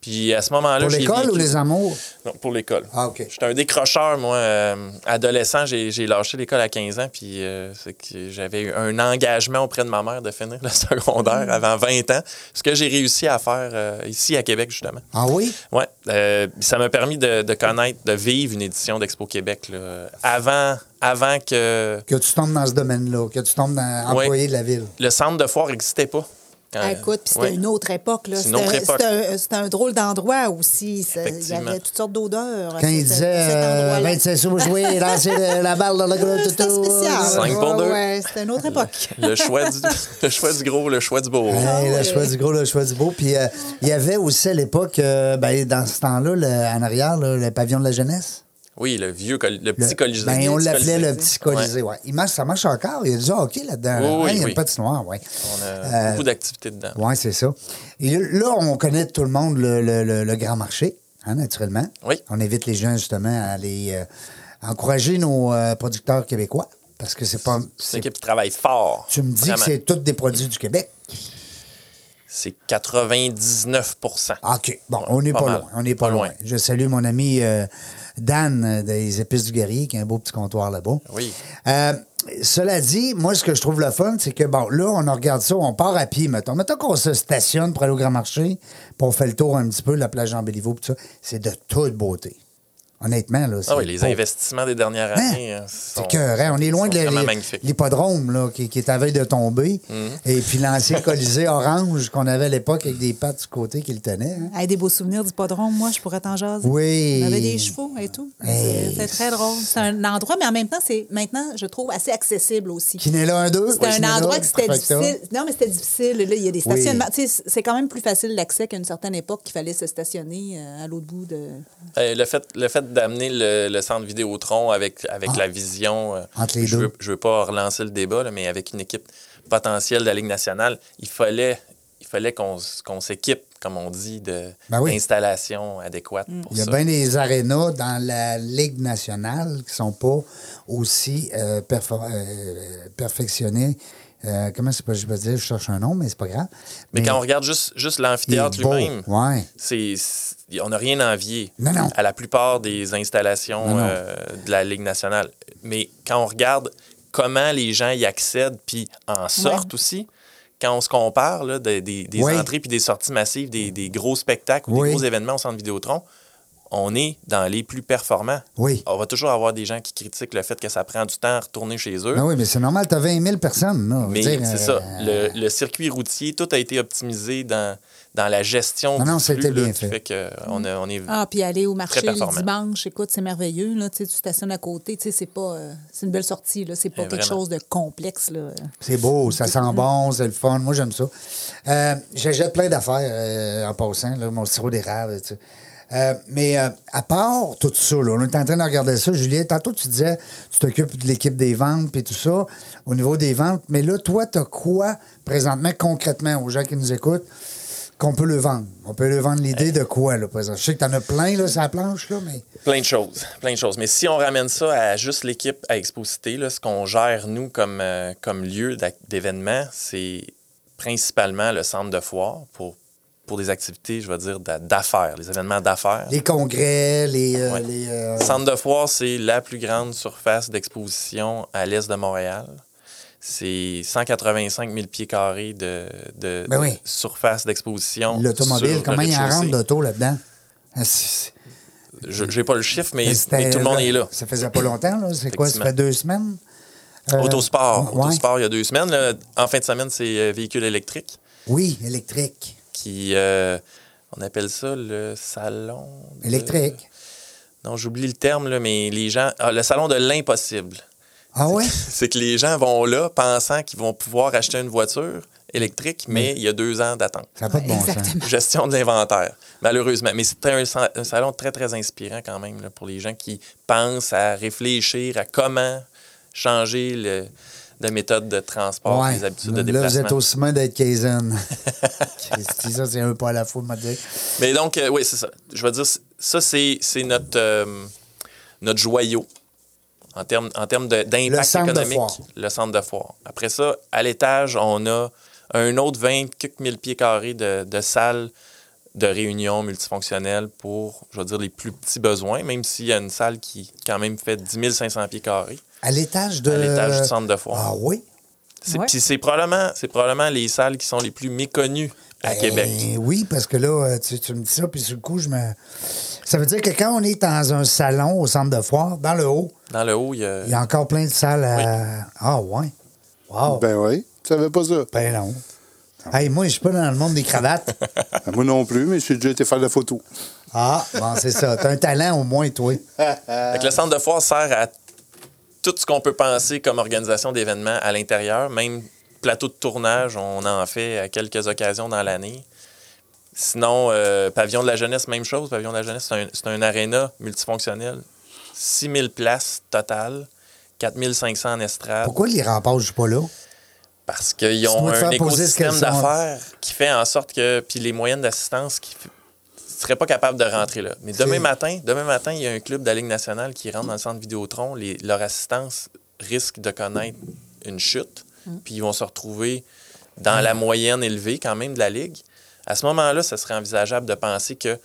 S3: Puis à ce moment-là,
S1: Pour
S3: j'ai
S1: l'école
S3: vécu-
S1: ou les amours?
S3: Non, pour l'école.
S1: Ah, OK.
S3: J'étais un décrocheur, moi. euh, adolescent, j'ai j'ai lâché l'école à 15 ans, puis euh, c'est que j'avais eu un engagement auprès de ma mère de finir le secondaire avant 20 ans, ce que j'ai réussi à faire euh, ici à Québec, justement.
S1: Ah oui?
S3: Ouais, euh, puis ça m'a permis de, de connaître, de vivre une édition d'Expo Québec là, avant, avant que
S1: Que tu tombes dans ce domaine-là, que tu tombes dans
S3: Ouais.
S1: employé de la ville.
S3: le centre de foire n'existait pas. Quand-
S4: Ah, écoute, puis c'était
S3: ouais.
S4: une autre époque. là.
S3: C'est une autre
S4: C'était-
S3: époque.
S4: C'était un, c'était un drôle d'endroit aussi. Ça- Il y
S3: Effectivement.
S4: avait toutes sortes d'odeurs. à
S1: Quand il
S4: cet-
S1: disait
S4: cet
S1: euh,
S4: endroit-là.
S1: 25 sous pour jouer et lancer le- la balle dans le gros
S4: C'était
S1: toutou.
S4: spécial.
S3: Cinq pour
S4: Ouais,
S3: deux.
S4: ouais, c'était une autre
S1: Euh,
S4: époque.
S3: Le choix, du, le choix du gros, le choix du beau.
S1: Hey, le
S4: Ah ouais.
S1: choix du gros, le choix du beau. Puis euh, il y avait aussi à l'époque, euh, ben, dans ce temps-là, le- en arrière, là, le pavillon de la jeunesse.
S3: Oui, le vieux, col- le petit colisée.
S1: Ben, on
S3: petit
S1: l'appelait
S3: colisée.
S1: le petit colisée, ouais. Il marche, ça marche encore. Il y a du hockey là-dedans.
S3: Oui, oui,
S1: Hein, il y a
S3: oui.
S1: une patinoire, ouais.
S3: On a
S1: Euh,
S3: beaucoup d'activités dedans.
S1: Oui, c'est ça. Et là, on connaît tout le monde le, le- le- le grand marché, hein, naturellement.
S3: Oui.
S1: On invite les gens justement à aller euh, encourager nos euh, producteurs québécois parce que c'est pas.
S3: C'est
S1: c'est-
S3: une équipe qui travaille fort.
S1: Tu me dis
S3: Vraiment.
S1: que c'est tous des produits du Québec.
S3: C'est 99
S1: Ah, OK. Bon, on n'est
S3: Pas
S1: pas,
S3: mal.
S1: loin. On n'est pas,
S3: Pas
S1: loin.
S3: loin.
S1: Je salue mon ami euh, Dan euh, des Épices du Guerrier, qui a un beau petit comptoir là-bas.
S3: Oui.
S1: Euh, cela dit, moi, ce que je trouve le fun, c'est que, bon, là, on regarde ça, on part à pied, mettons. Mettons qu'on se stationne pour aller au Grand Marché, puis on fait le tour un petit peu, de la plage jean béliveau tout ça. C'est de toute beauté. Honnêtement, là. c'est
S3: Ah oui, les
S1: beau.
S3: investissements des dernières
S1: Hein?
S3: années. euh, sont-
S1: C'est écœurant. On est loin
S3: sont
S1: de l'hé-
S3: vraiment Mhm. magnifique.
S1: l'hippodrome là, qui, qui est à veille de tomber. Et puis l'ancien colisée orange qu'on avait à l'époque avec des pattes du côté qui le tenait. hein.
S4: Hey, des beaux souvenirs du podrome, moi, je pourrais t'en jaser.
S1: Oui.
S4: On avait des chevaux et tout.
S1: Hey.
S4: C'est très drôle. C'est un endroit, mais en même temps, c'est maintenant, je trouve, assez accessible aussi.
S1: Qui n'est là un deux.
S4: C'était
S1: qui
S4: un
S1: n'est là,
S4: endroit que c'était
S1: perfecto.
S4: difficile. Non, mais c'était difficile. Là, il y a des stationnements. Tu sais, C'est quand même plus facile l'accès qu'à une certaine époque qu'il fallait se stationner euh, à l'autre bout de.
S3: Euh, le fait, le fait d'amener le, le centre Vidéotron avec, avec la vision, euh,
S1: Ah. Entre les
S3: je ne
S1: deux.
S3: veux, je veux pas relancer le débat, là, mais avec une équipe potentielle de la Ligue nationale, il fallait, il fallait qu'on, s- qu'on s'équipe, comme on dit, de,
S1: Ben oui. Mm.
S3: d'installations adéquates pour
S1: Il y a
S3: ça.
S1: bien des arénas dans la Ligue nationale qui sont pas aussi euh, perfor- euh, perfectionnées. Euh, comment c'est pas, je peux dire, je cherche un nom, mais c'est pas grave.
S3: mais, quand on regarde juste, juste l'amphithéâtre
S1: il est beau,
S3: lui-même,
S1: ouais.
S3: c'est, c'est- on n'a rien à envier
S1: Non, non.
S3: à la plupart des installations
S1: Non, non.
S3: euh, de la Ligue nationale. Mais quand on regarde comment les gens y accèdent, puis en sortent aussi, quand on se compare là, des, des- des
S1: Oui.
S3: entrées puis des sorties massives, des, des gros spectacles ou
S1: Oui.
S3: des gros événements au centre Vidéotron, on est dans les plus performants.
S1: Oui.
S3: On va toujours avoir des gens qui critiquent le fait que ça prend du temps à retourner chez eux.
S1: Ben oui, mais c'est normal, tu as 20 000 personnes. là, je veux
S3: Mais
S1: dire,
S3: c'est
S1: euh,
S3: ça. Le, le circuit routier, tout a été optimisé dans, dans la gestion
S1: Non, non,
S3: du flux,
S1: c'était
S3: là,
S1: bien
S3: qui
S1: fait.
S3: que euh, on, a- on est
S4: Ah, puis aller au marché
S3: Très
S4: le
S3: performant.
S4: dimanche, écoute, c'est merveilleux. Là, tu sais, tu stationnes à côté, tu sais, c'est pas. euh, c'est une belle sortie, là. C'est pas
S3: Eh,
S4: quelque
S3: vraiment.
S4: chose de complexe, là.
S1: C'est beau, ça sent bon, c'est le fun. Moi, j'aime ça. Euh, J'achète plein d'affaires euh, en passant, là, mon sirop d'érable. tu sais. Euh, mais euh, à part tout ça, là, on est en train de regarder ça. Julien, tantôt, tu disais, tu t'occupes de l'équipe des ventes et tout ça, au niveau des ventes. Mais là, toi, tu as quoi présentement, concrètement, aux gens qui nous écoutent, qu'on peut le vendre? On peut le vendre l'idée de quoi, là, par exemple? Je sais que tu en as plein, là, sur la planche, là, mais.
S3: Plein de choses, plein de choses. Mais si on ramène ça à juste l'équipe à Exposité, là, ce qu'on gère, nous, comme, euh, comme lieu d'ac- d'événement, c'est principalement le centre de foire pour, pour des activités, je vais dire, d'a- d'affaires, les événements d'affaires.
S1: Les congrès, les. euh,
S3: Ouais.
S1: les, euh,
S3: Centre de foire, c'est la plus grande surface d'exposition à l'est de Montréal. C'est 185 000 pieds carrés de, de-
S1: Ben
S3: de
S1: oui.
S3: surface d'exposition.
S1: L'automobile,
S3: sur
S1: comment
S3: le
S1: il en
S3: rez-de-chaussée.
S1: rentre d'auto là-dedans? Ah, c'est-
S3: Je n'ai pas le chiffre, mais,
S1: C'était-
S3: mais tout le monde est là.
S1: Ça faisait pas longtemps, là. C'est quoi? Ça
S3: Effectivement.
S1: fait deux semaines? Euh,
S3: Autosport.
S1: ouais.
S3: Autosport, il y a deux semaines. là. En fin de semaine, c'est euh, véhicule électrique
S1: Oui, électrique.
S3: qui. euh, on appelle ça le salon. de-
S1: Électrique.
S3: Non, j'oublie le terme, là, mais les gens. ah, le salon de l'impossible.
S1: Ah ouais?
S3: C'est que les gens vont là pensant qu'ils vont pouvoir acheter une voiture électrique, mais il y a deux ans d'attente.
S1: Ça n'a pas de bon sens.
S4: Exactement.
S3: Gestion de l'inventaire, malheureusement. Mais c'est un, sa- un salon très, très inspirant quand même là, pour les gens qui pensent à réfléchir à comment changer le, de méthode de transport,
S1: Ouais.
S3: les habitudes
S1: Là, là,
S3: de déplacement.
S1: vous êtes aussi main d'être Kaizen. Christy, ça, c'est un pas à la fois, m'a dit.
S3: Mais donc, euh, oui, c'est ça. Je veux dire, c- ça, c'est c'est notre, euh, notre joyau en termes en termes de-
S1: Le
S3: d'impact
S1: centre de
S3: économique.
S1: foire.
S3: Le centre de foire. Après ça, à l'étage, on a un autre 20 quelques mille pieds carrés de, de salles de réunion multifonctionnelles pour, je veux dire, les plus petits besoins, même s'il y a une salle qui, quand même, fait 10 500 pieds carrés.
S1: À l'étage de.
S3: À l'étage du centre de foire.
S1: Ah oui?
S3: C'est-
S4: Ouais.
S3: Puis c'est probablement, c'est probablement les salles qui sont les plus méconnues à
S1: Eh
S3: Québec.
S1: Oui, parce que là, euh, tu, tu me dis ça, puis sur le coup, je me. Ça veut dire que quand on est dans un salon au centre de foire, dans le haut,
S3: Dans le haut, il y a...
S1: il y a encore plein de salles à. Ah ouais? Wow!
S2: Ben oui. Tu savais pas ça.
S1: Ben non. Hey, moi, je suis pas dans le monde des cravates.
S2: Ben, Moi non plus, mais j'ai déjà été faire de la photo.
S1: Ah, bon, c'est ça. T'as un talent au moins, toi.
S3: Fait que le centre de foire sert à tout ce qu'on peut penser comme organisation d'événements à l'intérieur, même plateau de tournage, on en fait à quelques occasions dans l'année. Sinon, euh, pavillon de la jeunesse, même chose. Pavillon de la jeunesse, c'est un, c'est un aréna multifonctionnel 6 000 places totales, 4 500 en estrade.
S1: Pourquoi les remparts ne jouent pas là?
S3: Parce qu'ils
S1: Tu
S3: ont
S1: dois te
S3: un
S1: faire poser cette
S3: écosystème
S1: question.
S3: d'affaires qui fait en sorte que. Puis les moyennes d'assistance qui f- seraient pas capables de rentrer là. Mais demain
S1: Ok.
S3: matin, demain matin, il y a un club de la Ligue nationale qui rentre dans le centre Vidéotron. Les, leur assistance risque de connaître une chute.
S1: Mm.
S3: Puis ils vont se retrouver dans la moyenne élevée quand même de la Ligue. À ce moment-là, ce serait envisageable de penser que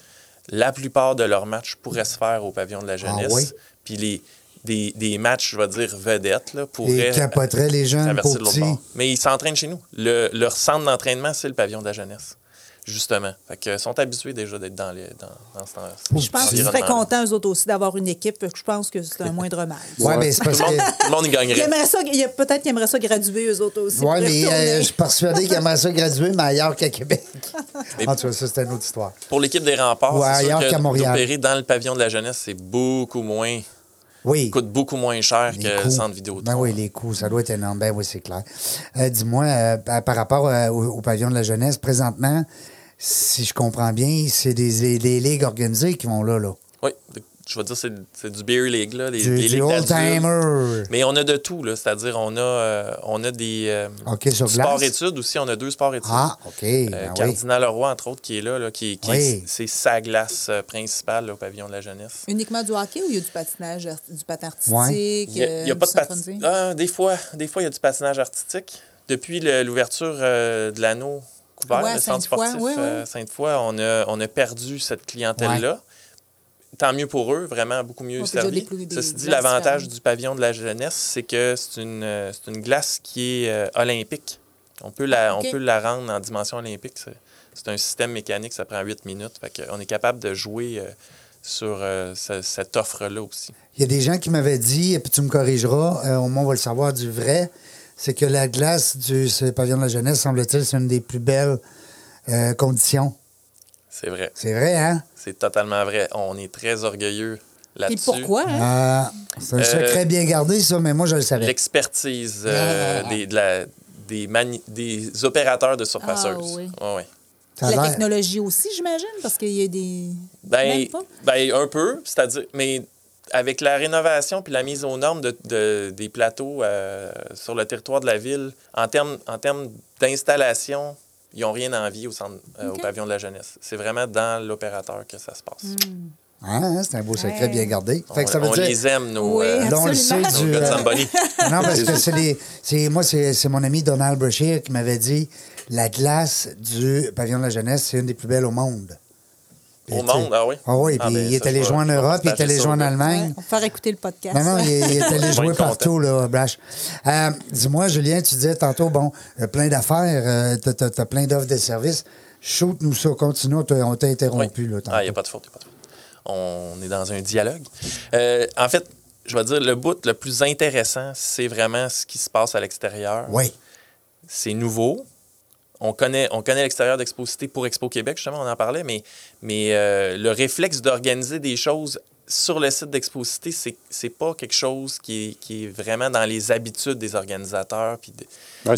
S3: la plupart de leurs matchs pourraient se faire au pavillon de la jeunesse.
S1: Ah oui?
S3: Puis les, des, des matchs, je vais dire, vedettes, là, pourraient
S1: Ils capoteraient les jeunes
S3: traverser
S1: pour
S3: de l'autre
S1: petits.
S3: bord. Mais ils s'entraînent chez nous. Le- leur centre d'entraînement, c'est le pavillon de la jeunesse, justement. Fait que, euh, sont habitués déjà d'être dans, les, dans, dans ce temps
S4: Je pense qu'ils seraient contents, eux autres aussi, d'avoir une équipe. Fait que Je pense que c'est un moindre mal.
S1: Ouais, mais ben, c'est parce
S3: Tout
S1: que.
S3: le monde, tout le monde y
S4: Ils
S3: gagnerait.
S4: aimeraient ça, il y a- peut-être qu'ils aimeraient ça graduer, eux autres aussi.
S1: Oui,
S4: pour
S1: mais
S4: retourner.
S1: euh, je suis persuadé qu'il aimerait ça graduer, mais ailleurs qu'à Québec. En tout cas, ça, c'est une autre histoire.
S3: Pour l'équipe des remparts,
S1: Ouais,
S3: c'est sûr
S1: ailleurs
S3: que
S1: qu'à Montréal.
S3: d'opérer dans le pavillon de la jeunesse, c'est beaucoup moins,
S1: Oui.
S3: coûte beaucoup moins cher
S1: les
S3: que
S1: coûts.
S3: le centre vidéo.
S1: Ben oui, les coûts, ça doit être énorme. Ben oui, c'est clair. Euh, Dis-moi, euh, par par rapport euh, au, au pavillon de la jeunesse, présentement, si je comprends bien, c'est des, des- des ligues organisées qui vont là, là.
S3: Oui, je vais dire, c'est c'est du Beer League, là, les,
S1: Du,
S3: les
S1: du
S3: ligues d'adultes.
S1: old-timer.
S3: Mais on a de tout, là. C'est-à-dire, on a, euh, on a des euh,
S1: OK, sur glace.
S3: sports-études aussi. On a deux sports-études.
S1: Ah, OK.
S3: Euh,
S1: ben oui.
S3: Cardinal Leroy, entre autres, qui est là, là, qui, qui
S1: Oui.
S3: est- c'est sa glace euh, principale là, au pavillon de la jeunesse.
S4: Uniquement du hockey ou il y a du patinage, art- du patin artistique?
S1: Ouais.
S3: Il y a, il y a
S4: euh,
S3: pas
S4: du
S3: de
S4: synchronisé?
S3: patinage.
S1: Ah,
S3: des fois, des fois, il y a du patinage artistique. Depuis le- l'ouverture euh, de l'anneau couvert,
S4: Ouais,
S3: le centre
S4: Sainte-Foy,
S3: sportif
S4: ouais, ouais.
S3: euh, Sainte-Foy, on a, on a perdu cette clientèle-là. Tant mieux pour eux, vraiment beaucoup mieux
S4: Ouais, puis il y a
S3: servi.
S4: des plus- des
S3: Ceci dit,
S4: glaces
S3: l'avantage
S4: différentes.
S3: du pavillon de la jeunesse, c'est que c'est une, euh, c'est une glace qui est euh, olympique. On peut, la,
S4: Ok.
S3: on peut la rendre en dimension olympique. C'est- C'est un système mécanique, ça prend 8 minutes. Fait que on est capable de jouer euh, sur euh, ce- cette offre-là aussi.
S1: Il y a des gens qui m'avaient dit, et puis tu me corrigeras, euh, au moins on va le savoir du vrai, c'est que la glace du ce pavillon de la jeunesse, semble-t-il, c'est une des plus belles euh, conditions.
S3: C'est vrai.
S1: C'est vrai, hein?
S3: C'est totalement vrai. On est très orgueilleux
S4: Et
S3: là-dessus.
S4: pourquoi? hein?
S1: Ah, c'est un
S3: Euh,
S1: secret bien gardé, ça, mais moi, je le savais.
S3: L'expertise euh,
S1: Ah.
S3: des, de la- des, mani- des opérateurs de surfaceuses.
S4: Ah, oui.
S3: Ouais, ouais.
S1: Ça a
S4: la
S1: l'air-
S4: technologie aussi, j'imagine, parce qu'il y a des...
S3: Ben,
S4: Même pas?
S3: ben, un peu, c'est-à-dire, mais avec la rénovation puis la mise aux normes de, de- des plateaux euh, sur le territoire de la ville, en termes en termes d'installation, ils n'ont rien à envier au, centre, euh,
S4: OK.
S3: au pavillon de la jeunesse. C'est vraiment dans l'opérateur que ça se passe.
S4: Hmm.
S1: Hein, hein, c'est un beau secret
S4: Ouais.
S1: bien gardé. Fait
S3: on
S1: que ça veut
S3: on
S1: dire.
S3: les aime, nos,
S4: Oui,
S3: euh,
S1: Là, on le
S4: Absolument.
S1: sait
S3: nos
S1: du-
S3: gars de Zamboni.
S1: Non, parce que c'est des- c'est- moi, c'est c'est mon ami Donald Brashear qui m'avait dit la glace du pavillon de la jeunesse, c'est une des plus belles au monde. Puis,
S3: Au
S1: tu sais-
S3: monde, ah oui?
S1: Ah oui,
S3: Ah,
S1: puis
S3: ben,
S1: il est
S3: ça,
S1: allé
S3: je
S1: jouer en
S3: vais- je vais
S1: Europe, il est
S3: partager
S1: allé
S3: ça
S1: jouer en
S3: au gars.
S4: Ouais,
S1: Allemagne.
S4: on va faire écouter le podcast.
S1: Non, non, il est, il est allé
S3: Moins
S1: jouer
S3: content.
S1: partout, là, Brash. Euh, Dis-moi, Julien, tu disais tantôt, bon, euh, plein d'affaires, euh, t'as- t'as t'as plein d'offres de services. Shoot-nous ça, continue, on t'a on t'a interrompu, là, tantôt.
S3: Ah, il n'y a pas de faute, y a pas de faute. On est dans un dialogue. Euh, en fait, je vais dire, le bout le plus intéressant, c'est vraiment ce qui se passe à l'extérieur.
S1: Oui.
S3: C'est nouveau. On connaît, on connaît l'extérieur d'Exposité pour Expo Québec, justement, on en parlait, mais, mais euh, le réflexe d'organiser des choses sur le site d'Exposité, c'est c'est pas quelque chose qui est, qui est vraiment dans les habitudes des organisateurs. puis de-
S2: Ouais,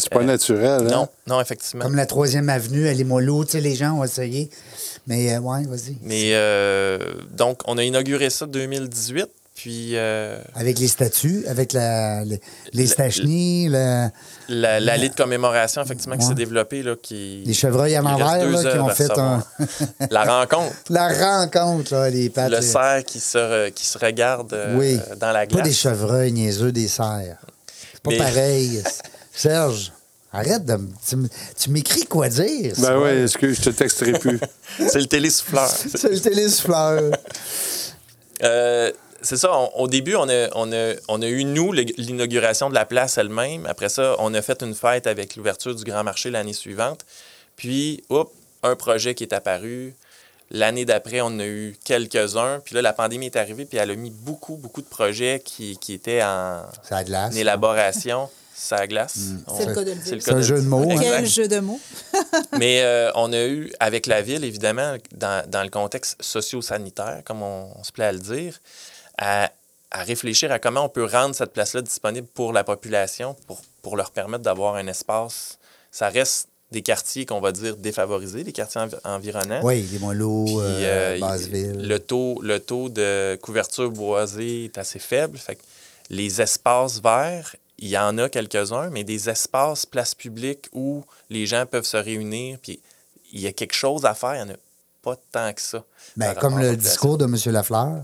S2: Ben, c'est pas
S3: Euh,
S2: naturel. hein?
S3: Non, non, effectivement.
S1: Comme la troisième avenue, à Limoilou, tu sais, les gens ont essayé. Mais, euh, ouais, vas-y.
S3: Mais euh, donc, on a inauguré ça 2018, puis euh,
S1: Avec les statues, avec la, les, les
S3: Le-
S1: stachnis, le-
S3: La- L'allée de commémoration, effectivement, qui
S1: Ouais.
S3: s'est développée, là, qui...
S1: les chevreuils à
S3: il reste
S1: l'envers
S3: deux
S1: là, qui
S3: heures
S1: ont
S3: à
S1: fait un-
S3: recevoir. La rencontre,
S1: la rencontre, là, les euh, pattes.
S3: le cerf qui se, re- qui se regarde euh,
S1: Ah, oui.
S3: euh, dans la
S1: Pas des
S3: glace.
S1: chevreuils niaiseux, des cerfs. C'est pas
S3: Mais-
S1: pareil. Serge, arrête de. me- Tu, me- tu m'écris quoi dire. c'est
S2: Ben oui,
S1: vrai.
S2: excuse, je te texterai plus.
S3: C'est le télésouffleur.
S1: C'est le télésouffleur.
S3: Euh, c'est ça, on- au début, on a, on a- on a eu, nous, le- l'inauguration de la place elle-même. Après ça, on a fait une fête avec l'ouverture du Grand Marché l'année suivante. Puis, hop, un projet qui est apparu. L'année d'après, on en a eu quelques-uns. Puis là, la pandémie est arrivée, puis elle a mis beaucoup, beaucoup de projets qui, qui étaient en,
S1: Ça a de glace.
S3: une élaboration, ça glace. On-
S4: C'est le cas de le dire.
S3: le
S1: Mm. C'est un
S3: de-
S1: jeu de mots, hein.
S3: Exact.
S4: Quel jeu de mots.
S3: Mais euh, on a eu, avec la ville, évidemment, dans, dans le contexte socio-sanitaire, comme on, on se plaît à le dire, à, à réfléchir à comment on peut rendre cette place-là disponible pour la population, pour, pour leur permettre d'avoir un espace. Ça reste des quartiers qu'on va dire défavorisés, des quartiers envi- environnants.
S1: Oui, les Molos,
S3: Puis,
S1: euh,
S3: euh,
S1: Basseville.
S3: Le taux, le taux de couverture boisée est assez faible. Fait que les espaces verts, il y en a quelques-uns, mais des espaces places publiques où les gens peuvent se réunir, puis il y a quelque chose à faire, il n'y en a pas tant que ça.
S1: Ben,
S3: par
S1: comme
S3: rapport aux
S1: le
S3: places.
S1: discours de M. Lafleur,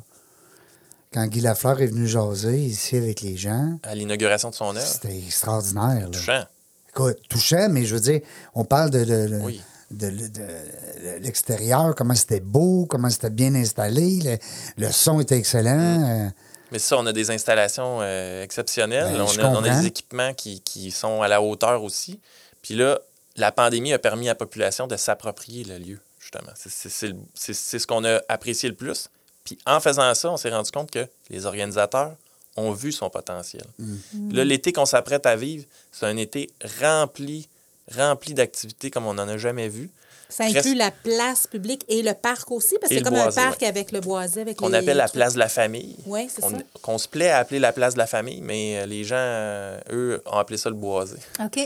S1: quand Guy Lafleur est venu jaser ici avec les gens,
S3: À l'inauguration de son œuvre,
S1: c'était extraordinaire. là.
S3: touchant.
S1: Écoute, touchant, mais je veux dire, on parle de, de- de-
S3: Oui.
S1: de- de- de l'extérieur, comment c'était beau, comment c'était bien installé, le, le son était excellent.
S3: Mm.
S1: euh,
S3: Mais ça, on a des installations euh, exceptionnelles.
S1: Ben,
S3: on,
S1: je
S3: a, on a
S1: comprends.
S3: des équipements qui, qui sont à la hauteur aussi. Puis là, la pandémie a permis à la population de s'approprier le lieu, justement. C'est- c'est- C'est le- c'est- c'est ce qu'on a apprécié le plus. Puis en faisant ça, on s'est rendu compte que les organisateurs ont vu son potentiel.
S1: Mm.
S3: Puis Là, l'été qu'on s'apprête à vivre, c'est un été rempli, rempli d'activités comme on n'en a jamais vu.
S4: Ça
S3: Reste-
S4: inclut la place publique et le parc aussi, parce que
S3: Et
S4: c'est
S3: le
S4: comme
S3: boisé,
S4: un parc
S3: ouais.
S4: avec le boisé, avec
S3: qu'on
S4: les-
S3: appelle la place de la famille.
S4: Ouais, c'est
S3: On-
S4: ça.
S3: Qu'on se plaît à appeler la place de la famille, mais euh, les gens, euh, eux, ont appelé ça le boisé.
S4: OK.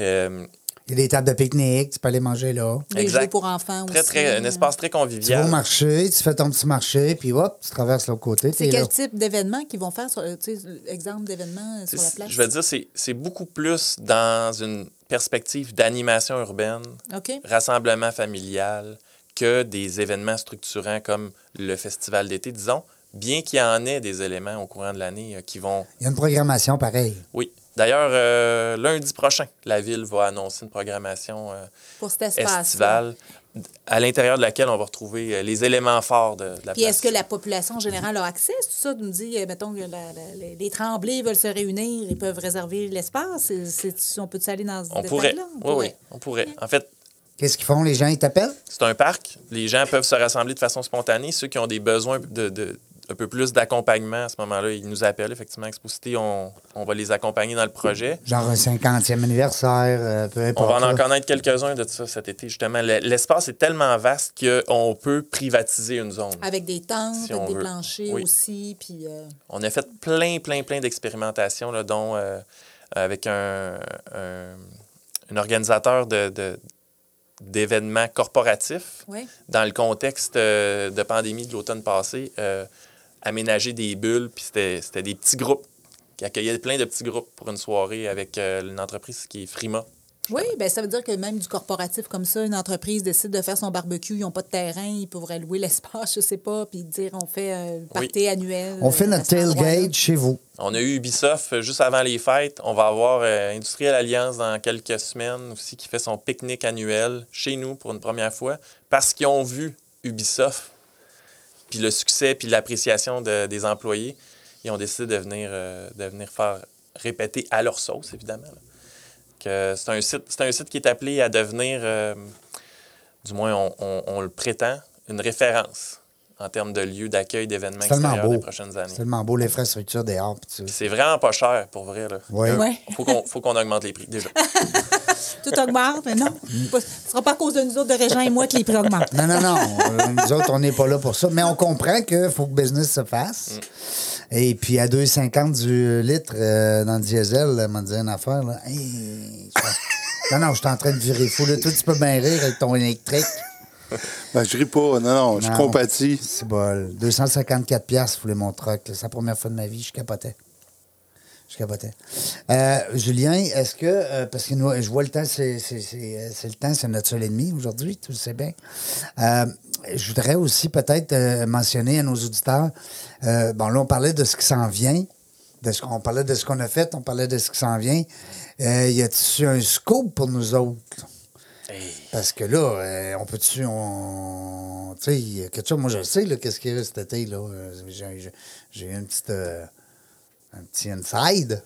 S3: Euh,
S1: Il y a des tables de pique-nique, tu peux aller manger là.
S4: Des jeux pour enfants
S3: Très,
S4: aussi. euh,
S3: très, un espace très
S1: Tu vas
S3: convivial.
S1: au marché, tu fais ton petit marché, puis hop, tu traverses l'autre côté.
S4: C'est
S1: t'es
S4: quel
S1: là.
S4: type d'événement qu'ils vont faire sur le- tu sais, euh, exemple d'événement euh, sur la
S3: C'est-
S4: place?
S3: Je veux dire, c'est c'est beaucoup plus dans une perspective d'animation urbaine,
S4: OK.
S3: rassemblement familial, que des événements structurants comme le festival d'été, disons, bien qu'il y en ait des éléments au courant de l'année euh, qui vont
S1: Il y a une programmation pareille.
S3: Oui. D'ailleurs, euh, lundi prochain, la ville va annoncer une programmation euh,
S4: Pour cet espace-là.
S3: estivale à l'intérieur de laquelle on va retrouver euh, les éléments forts de, de la
S4: Puis
S3: place.
S4: est-ce que la population générale a accès à tout ça? Tu me dis, euh, mettons, que la- la- les, les tremblés veulent se réunir, ils peuvent réserver l'espace. C'est- c'est- on peut-tu aller dans ce
S3: On pourrait.
S4: détail-là?
S3: oui, oui, on pourrait. En fait,
S1: Qu'est-ce qu'ils font? Les gens, ils t'appellent?
S3: c'est un parc. Les gens peuvent se rassembler de façon spontanée. Ceux qui ont des besoins de, de- un peu plus d'accompagnement à ce moment-là, ils nous appellent. Effectivement, Exposité, on, on va les accompagner dans le projet.
S1: Genre un 50e anniversaire, euh, peu
S3: On
S1: importe.
S3: va en,
S1: là.
S3: en connaître quelques-uns de ça cet été, justement. Le- L'espace est tellement vaste qu'on peut privatiser une zone.
S4: Avec des tentes,
S3: Si on
S4: avec des
S3: veut.
S4: planchers
S3: Oui.
S4: aussi, puis... euh,
S3: On a fait plein, plein, plein d'expérimentations, là, dont euh, avec un, un- un organisateur de- de- d'événements corporatifs
S4: ouais.
S3: dans le contexte euh, de pandémie de l'automne passé, euh, aménager des bulles, puis c'était c'était des petits groupes qui accueillaient plein de petits groupes pour une soirée avec euh, une entreprise qui est Frima.
S4: Oui, ben ça veut dire que même du corporatif comme ça, une entreprise décide de faire son barbecue, ils n'ont pas de terrain, ils pourraient louer l'espace, je sais pas, puis dire on fait euh, une party annuelle.
S1: On fait
S4: euh, à
S1: notre
S4: cet endroit-là.
S1: tailgate chez vous.
S3: On a eu Ubisoft euh, juste avant les fêtes. On va avoir euh, Industriel Alliance dans quelques semaines aussi qui fait son pique-nique annuel chez nous pour une première fois parce qu'ils ont vu Ubisoft, puis le succès, puis l'appréciation de- des employés. Ils ont décidé de venir, euh, de venir faire répéter à leur sauce, évidemment. là. Que C'est un, site- c'est un site qui est appelé à devenir, euh, du moins on, on- on le prétend, une référence en termes de lieu d'accueil d'événements
S1: C'est tellement
S3: extérieurs des
S1: beau.
S3: prochaines
S1: C'est
S3: années.
S1: tellement beau, l'infrastructure dehors. pis tout
S3: Puis
S1: ça.
S3: C'est vraiment pas cher, pour vrai. Là.
S1: Ouais.
S3: Euh,
S4: Ouais.
S3: Faut qu'on faut qu'on augmente les prix, déjà.
S4: Tout augmente, mais non, pas- ce sera pas à cause de nous autres, de Régent et moi, que les prix augmentent.
S1: Non, non, non. Euh, Nous autres, on n'est pas là pour ça. Mais on comprend qu'il faut que business se fasse. Et puis, à 2,50 du litre euh, dans le diesel, là, m'a dit une affaire. Là. Hey, je- non, non, je suis en train de virer fou. Là. Toi, tu peux bien rire avec ton électrique.
S2: Ben, je ris pas. Non, non, je
S1: Non.
S2: compatis.
S1: C'est bol. 254 piastres, voulait mon truck. là. C'est la première fois de ma vie, je capotais. Je capotais. Euh, Julien, est-ce que, euh, parce que nous, je vois le temps, c'est c'est- c'est, euh, c'est le temps, c'est notre seul ennemi aujourd'hui, tu le sais bien. Euh, je voudrais aussi peut-être euh, mentionner à nos auditeurs, euh, bon là, on parlait de ce qui s'en vient, de ce qu'on on parlait de ce qu'on a fait, on parlait de ce qui s'en vient. Euh, y a-t-il un scoop pour nous autres? Parce que là, euh, on peut-tu. On... Tu sais, il y a quelque chose. Moi, je le sais, là, qu'est-ce qu'il y a eu cet été, là. Euh, J'ai j'ai- j'ai eu une petite. euh, un petit inside.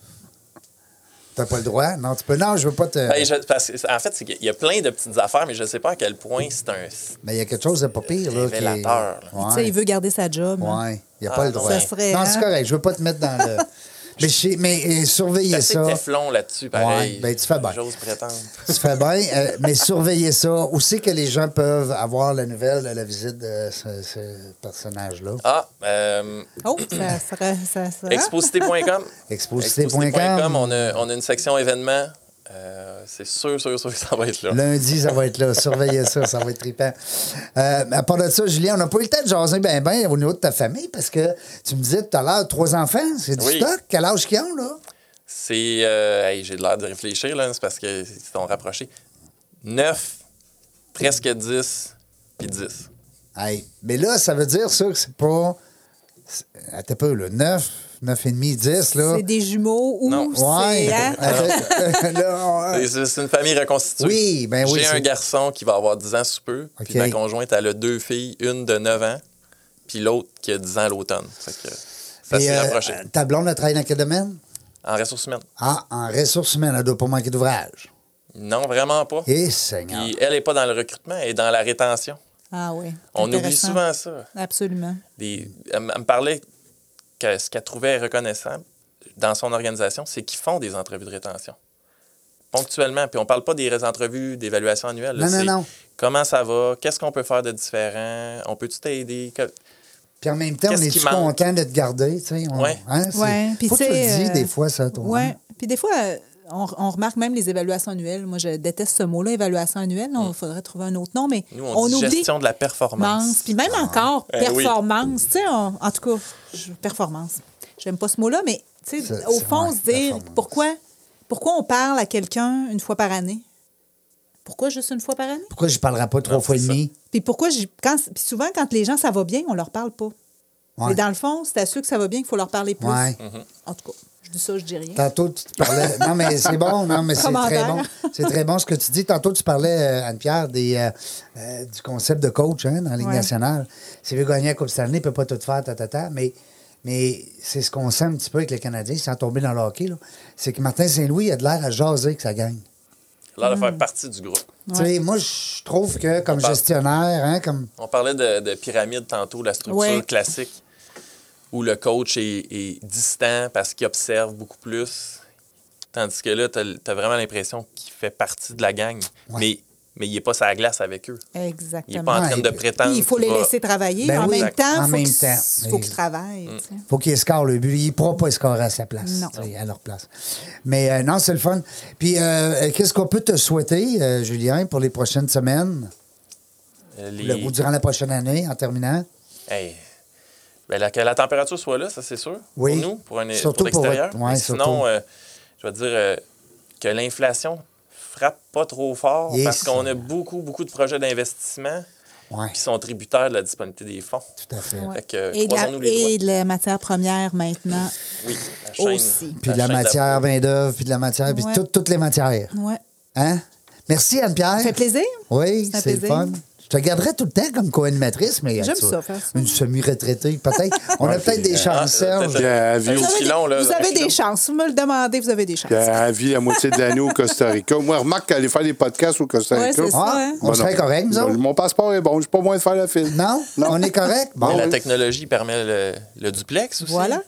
S1: T'as pas le droit? Non, tu peux. Non, je veux pas te.
S3: Ben, je- parce que, en fait, c'est qu'il y a plein de petites affaires, mais je ne sais pas à quel point c'est un.
S1: Mais il y a quelque chose de pas pire, là. qui est-
S3: Révélateur, là.
S4: Tu
S1: Ouais.
S4: sais, il veut garder sa job. hein.
S1: Ouais. Il n'y a
S3: Ah,
S1: pas le
S3: non,
S1: droit.
S3: ça
S4: serait,
S1: Non, c'est
S4: hein?
S1: correct. Je veux pas te mettre dans le. mais je sais- mais euh,
S3: C'est
S1: surveillez
S3: assez
S1: ça.
S3: Teflon là-dessus, pareil.
S1: Ouais, ben, tu fais bien.
S3: J'ose prétendre.
S1: Tu fais bien, euh, mais surveillez ça. Où c'est que les gens peuvent avoir la nouvelle de la visite de ce, ce personnage-là?
S3: Ah, euh,
S4: Oh, ça, ça, ça, ça-
S3: exposité.com.
S1: Exposité.com.
S3: On a, on a une section événements. Euh, c'est sûr, sûr, sûr que ça va être là.
S1: Lundi, ça va être là. Surveillez ça, ça va être trippant. Euh, à part de ça, Julien, on n'a pas eu le temps de jaser ben ben au niveau de ta famille parce que tu me disais tout à l'heure, trois enfants, c'est du
S3: Oui.
S1: stock. Quel âge qu'ils ont, là?
S3: C'est. euh, hey, j'ai de l'air de réfléchir, là. C'est parce que ils sont rapprochés. 9, presque 10, puis 10.
S1: Hey, mais là, ça veut dire ça que c'est pas. c'est- Attends un peu, là. 9, 9,5, 10, là.
S4: C'est des jumeaux ou
S3: Non.
S4: c'est. hein?
S1: Avec- euh, là, on-
S3: C'est- C'est c'est une famille reconstituée.
S1: Oui, ben oui,
S3: J'ai
S1: c'est-
S3: un garçon qui va avoir 10 ans sous peu.
S1: OK.
S3: Puis ma conjointe, elle a deux filles, une de 9 ans, puis l'autre qui a 10 ans à l'automne. Fait que ça
S1: Et,
S3: s'est
S1: euh,
S3: rapproché.
S1: ta blonde a travaillé dans quel domaine?
S3: En ressources humaines.
S1: Ah, en ressources humaines, elle doit pas manquer d'ouvrage.
S3: Non, vraiment pas.
S1: Eh, Seigneur.
S3: Puis elle n'est pas dans le recrutement, elle est dans la rétention.
S4: Ah oui.
S3: On oublie
S4: Intéressant.
S3: souvent ça.
S4: Absolument.
S3: Des- elle, m- elle me parlait que ce qu'elle trouvait reconnaissable dans son organisation, c'est qu'ils font des entrevues de rétention. Ponctuellement. Puis on ne parle pas des entrevues d'évaluation annuelle. là.
S1: Non, non,
S3: C'est
S1: non.
S3: Comment ça va? Qu'est-ce qu'on peut faire de différent? On peut-tu t'aider? Que-
S1: Puis en même temps, on
S3: Qu'est-ce
S1: est
S3: qui
S1: tout
S3: manque?
S1: content de te garder, tu sais. On,
S3: Ouais.
S1: hein, c'est-
S4: Ouais, puis
S1: Faut que tu
S4: sais,
S1: le dis
S4: euh,
S1: des fois, ça, toi. hein.
S4: Ouais. Puis des fois, euh, on, on remarque même les évaluations annuelles. Moi, je déteste ce mot-là, évaluation annuelle. Il faudrait trouver un autre nom, mais
S3: Mm. Nous, on, dit
S4: oublie
S3: gestion de la performance.
S4: performance. Puis
S1: Ah.
S4: même encore,
S3: Eh oui.
S4: performance. Tu sais, on- en tout cas, je- performance. J'aime pas ce mot-là, mais tu sais,
S1: C'est-
S4: au
S1: c'est-
S4: fond,
S1: ouais,
S4: se dire
S1: performance.
S4: pourquoi, pourquoi on parle à quelqu'un une fois par année? Pourquoi juste une fois par année?
S1: Pourquoi je parlerai pas trois
S3: Non,
S1: fois et
S3: c'est ça.
S1: demi?
S4: Puis pourquoi, j'y- quand, puis souvent, quand les gens, ça va bien, on leur parle pas.
S1: Ouais.
S4: Mais dans le fond, c'est à ceux que ça va bien qu'il faut leur parler plus. Mm-hmm.
S1: Ouais.
S4: En tout cas, je dis ça, je dis rien.
S1: Tantôt, tu te parlais. Non, mais c'est bon, non, mais c'est très
S4: Commentaire.
S1: bon. C'est très bon ce que tu dis. Tantôt, tu parlais, euh, Anne-Pierre, des, euh, euh, du concept de coach hein, dans la Ligue
S4: Ouais.
S1: nationale. S'il veut gagner la Coupe Stanley, il ne peut pas tout faire, ta, ta, ta. Mais, mais c'est ce qu'on sent un petit peu avec les Canadiens, sans tomber dans le hockey. là. C'est que Martin Saint-Louis a de l'air à jaser que ça gagne.
S3: Là, de faire partie du groupe.
S1: Tu sais, Moi, je trouve que comme
S3: parle.
S1: gestionnaire, hein, comme.
S3: On parlait de, de pyramide tantôt, la structure
S4: Ouais.
S3: classique, où le coach est, est distant parce qu'il observe beaucoup plus. Tandis que là, tu as, vraiment l'impression qu'il fait partie de la gang. Mais, mais il n'est pas sur la glace avec eux. Il n'est
S4: Exactement.
S3: pas en
S1: Ouais,
S3: train
S1: et
S3: de
S1: puis-
S3: prétendre.
S4: Puis il faut
S3: qu'il
S4: les
S3: va-
S4: laisser travailler.
S1: Ben
S4: mais en
S1: oui,
S4: même temps,
S1: en
S4: il
S1: même
S4: faut
S1: temps.
S4: qu'ils faut
S1: Mais-
S4: qu'ils travaillent. tu sais.
S1: faut qu'ils scorent le but. Ils ne pourront pas scorer à sa place,
S4: Non.
S1: tu sais, à leur place. Mais euh, non, c'est le fun. Puis, euh, qu'est-ce qu'on peut te souhaiter, euh, Julien, pour les prochaines semaines
S3: euh, les-
S1: le- ou durant la prochaine année, en terminant?
S3: Hey. Ben, la, que la température soit là, ça c'est sûr.
S1: Oui.
S3: Pour nous, pour, un,
S1: Surtout
S3: pour l'extérieur.
S1: pour votre- ouais,
S3: Mais
S1: surtout.
S3: sinon, euh, je vais te dire euh, que l'inflation frappe pas trop fort
S1: Yes.
S3: parce qu'on a beaucoup, beaucoup de projets d'investissement
S1: Oui,
S3: qui sont tributaires de la disponibilité des fonds.
S1: tout à fait.
S4: Ouais.
S3: Fait que,
S4: et, de la,
S3: croisons-nous les
S4: et de la matière première maintenant.
S3: Oui, la chaîne.
S4: Aussi.
S1: Puis de la
S3: chaîne
S1: matière, main-d'œuvre, puis de la matière, puis
S4: Ouais.
S1: tout- toutes les matières.
S4: Ouais.
S1: Hein? Merci, Anne-Pierre.
S4: Ça fait plaisir.
S1: Oui,
S4: C'est un
S1: c'est le
S4: plaisir.
S1: fun. Je te garderai tout le temps comme co-animatrice, mais.
S4: J'aime
S1: tu-
S4: ça, faire ça.
S1: Une semi-retraitée, peut-être. On a peut-être des
S3: Ah,
S1: chances, Serge.
S3: peut-être-
S2: La vie
S3: Au
S4: Vous avez,
S3: filon,
S4: des,
S3: là,
S4: vous
S3: dans
S4: avez
S3: le
S4: des
S3: filon.
S4: chances. Vous me le demandez, vous avez des chances.
S2: Puis elle vit la moitié de l'année au Costa Rica. Moi, remarque qu'aller faire des podcasts au Costa
S4: Ouais,
S2: Rica.
S4: c'est ça.
S1: Ah,
S4: Ouais.
S1: on serait correct, nous autres?
S2: Mon passeport est bon, j'ai pas moins de faire la file.
S1: Non? On est correct?
S3: Mais
S1: Bon.
S3: la technologie permet le, le duplex aussi.
S4: Voilà.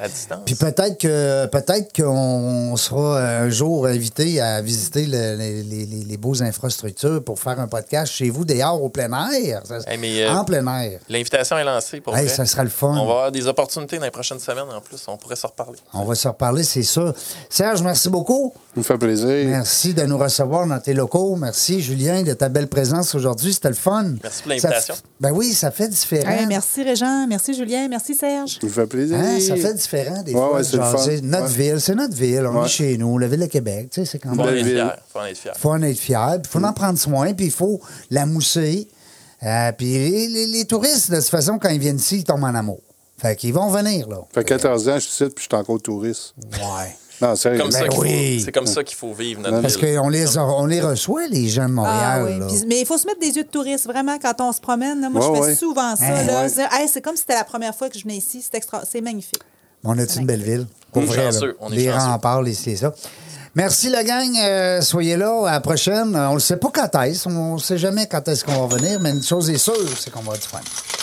S3: À distance.
S1: Puis peut-être que peut-être qu'on sera un jour invité à visiter le- les, les- les- les beaux infrastructures pour faire un podcast chez vous dehors au plein air. Ça-
S3: Eh, mais, euh,
S1: en plein air.
S3: L'invitation est lancée pour
S1: Hey,
S3: vrai.
S1: ça sera le fun.
S3: On va avoir des opportunités dans les prochaines semaines en plus. On pourrait se reparler.
S1: On va se reparler, c'est sûr. Serge, merci beaucoup.
S2: Ça me fait plaisir.
S1: Merci de nous recevoir dans tes locaux. Merci, Julien, de ta belle présence aujourd'hui. C'était le fun.
S3: Merci pour
S1: Ça f-
S3: l'invitation.
S1: Ben oui, ça fait différent.
S4: Hey, merci, Régent. Merci, Julien. Merci, Serge.
S2: Ça me fait plaisir.
S1: Hein, ça fait différent des
S2: Ouais,
S1: fois.
S2: ouais,
S1: de
S2: c'est le fun.
S1: jaser. Notre
S2: Ouais.
S1: ville, c'est notre ville. On est
S2: Ouais.
S1: chez nous, la ville de Québec. Tu sais, c'est quand
S3: Faut en
S2: Belle
S3: être
S2: ville.
S3: fier. Faut en être fier.
S1: Il faut en être fier, puis il faut en prendre soin, puis il faut la mousser. Euh, puis les, les- les touristes, de toute façon, quand ils viennent ici, ils tombent en amour. Fait qu'ils vont venir, là.
S2: Ça fait 14 ans, je suis ici, puis je suis encore touriste.
S1: Ouais.
S2: Non, sérieux.
S3: Comme ça
S1: Ben
S3: qu'il faut-
S1: oui.
S3: C'est comme ça qu'il faut vivre notre
S1: Parce
S3: ville.
S1: qu'on les, a- on les reçoit, les gens de
S4: Ah
S1: Montréal,
S4: oui.
S1: là.
S4: Puis- mais il faut se mettre des yeux de touriste, vraiment, quand on se promène. là. Moi,
S2: Ouais,
S4: je fais
S2: ouais.
S4: souvent ça. là.
S2: Ouais.
S4: Se dire, Hey, c'est comme si c'était la première fois que je venais ici. C'est extra... c'est magnifique.
S1: On a-tu une belle ville? Pour
S3: On est
S1: vrai, là.
S3: chanceux, on est
S1: les
S3: chanceux.
S1: remparts, les- c'est ça. Merci, la gang. Euh, soyez là. À la prochaine. On ne sait pas quand est-ce. On ne sait jamais quand est-ce qu'on va venir, mais une chose est sûre, c'est qu'on va avoir du fun.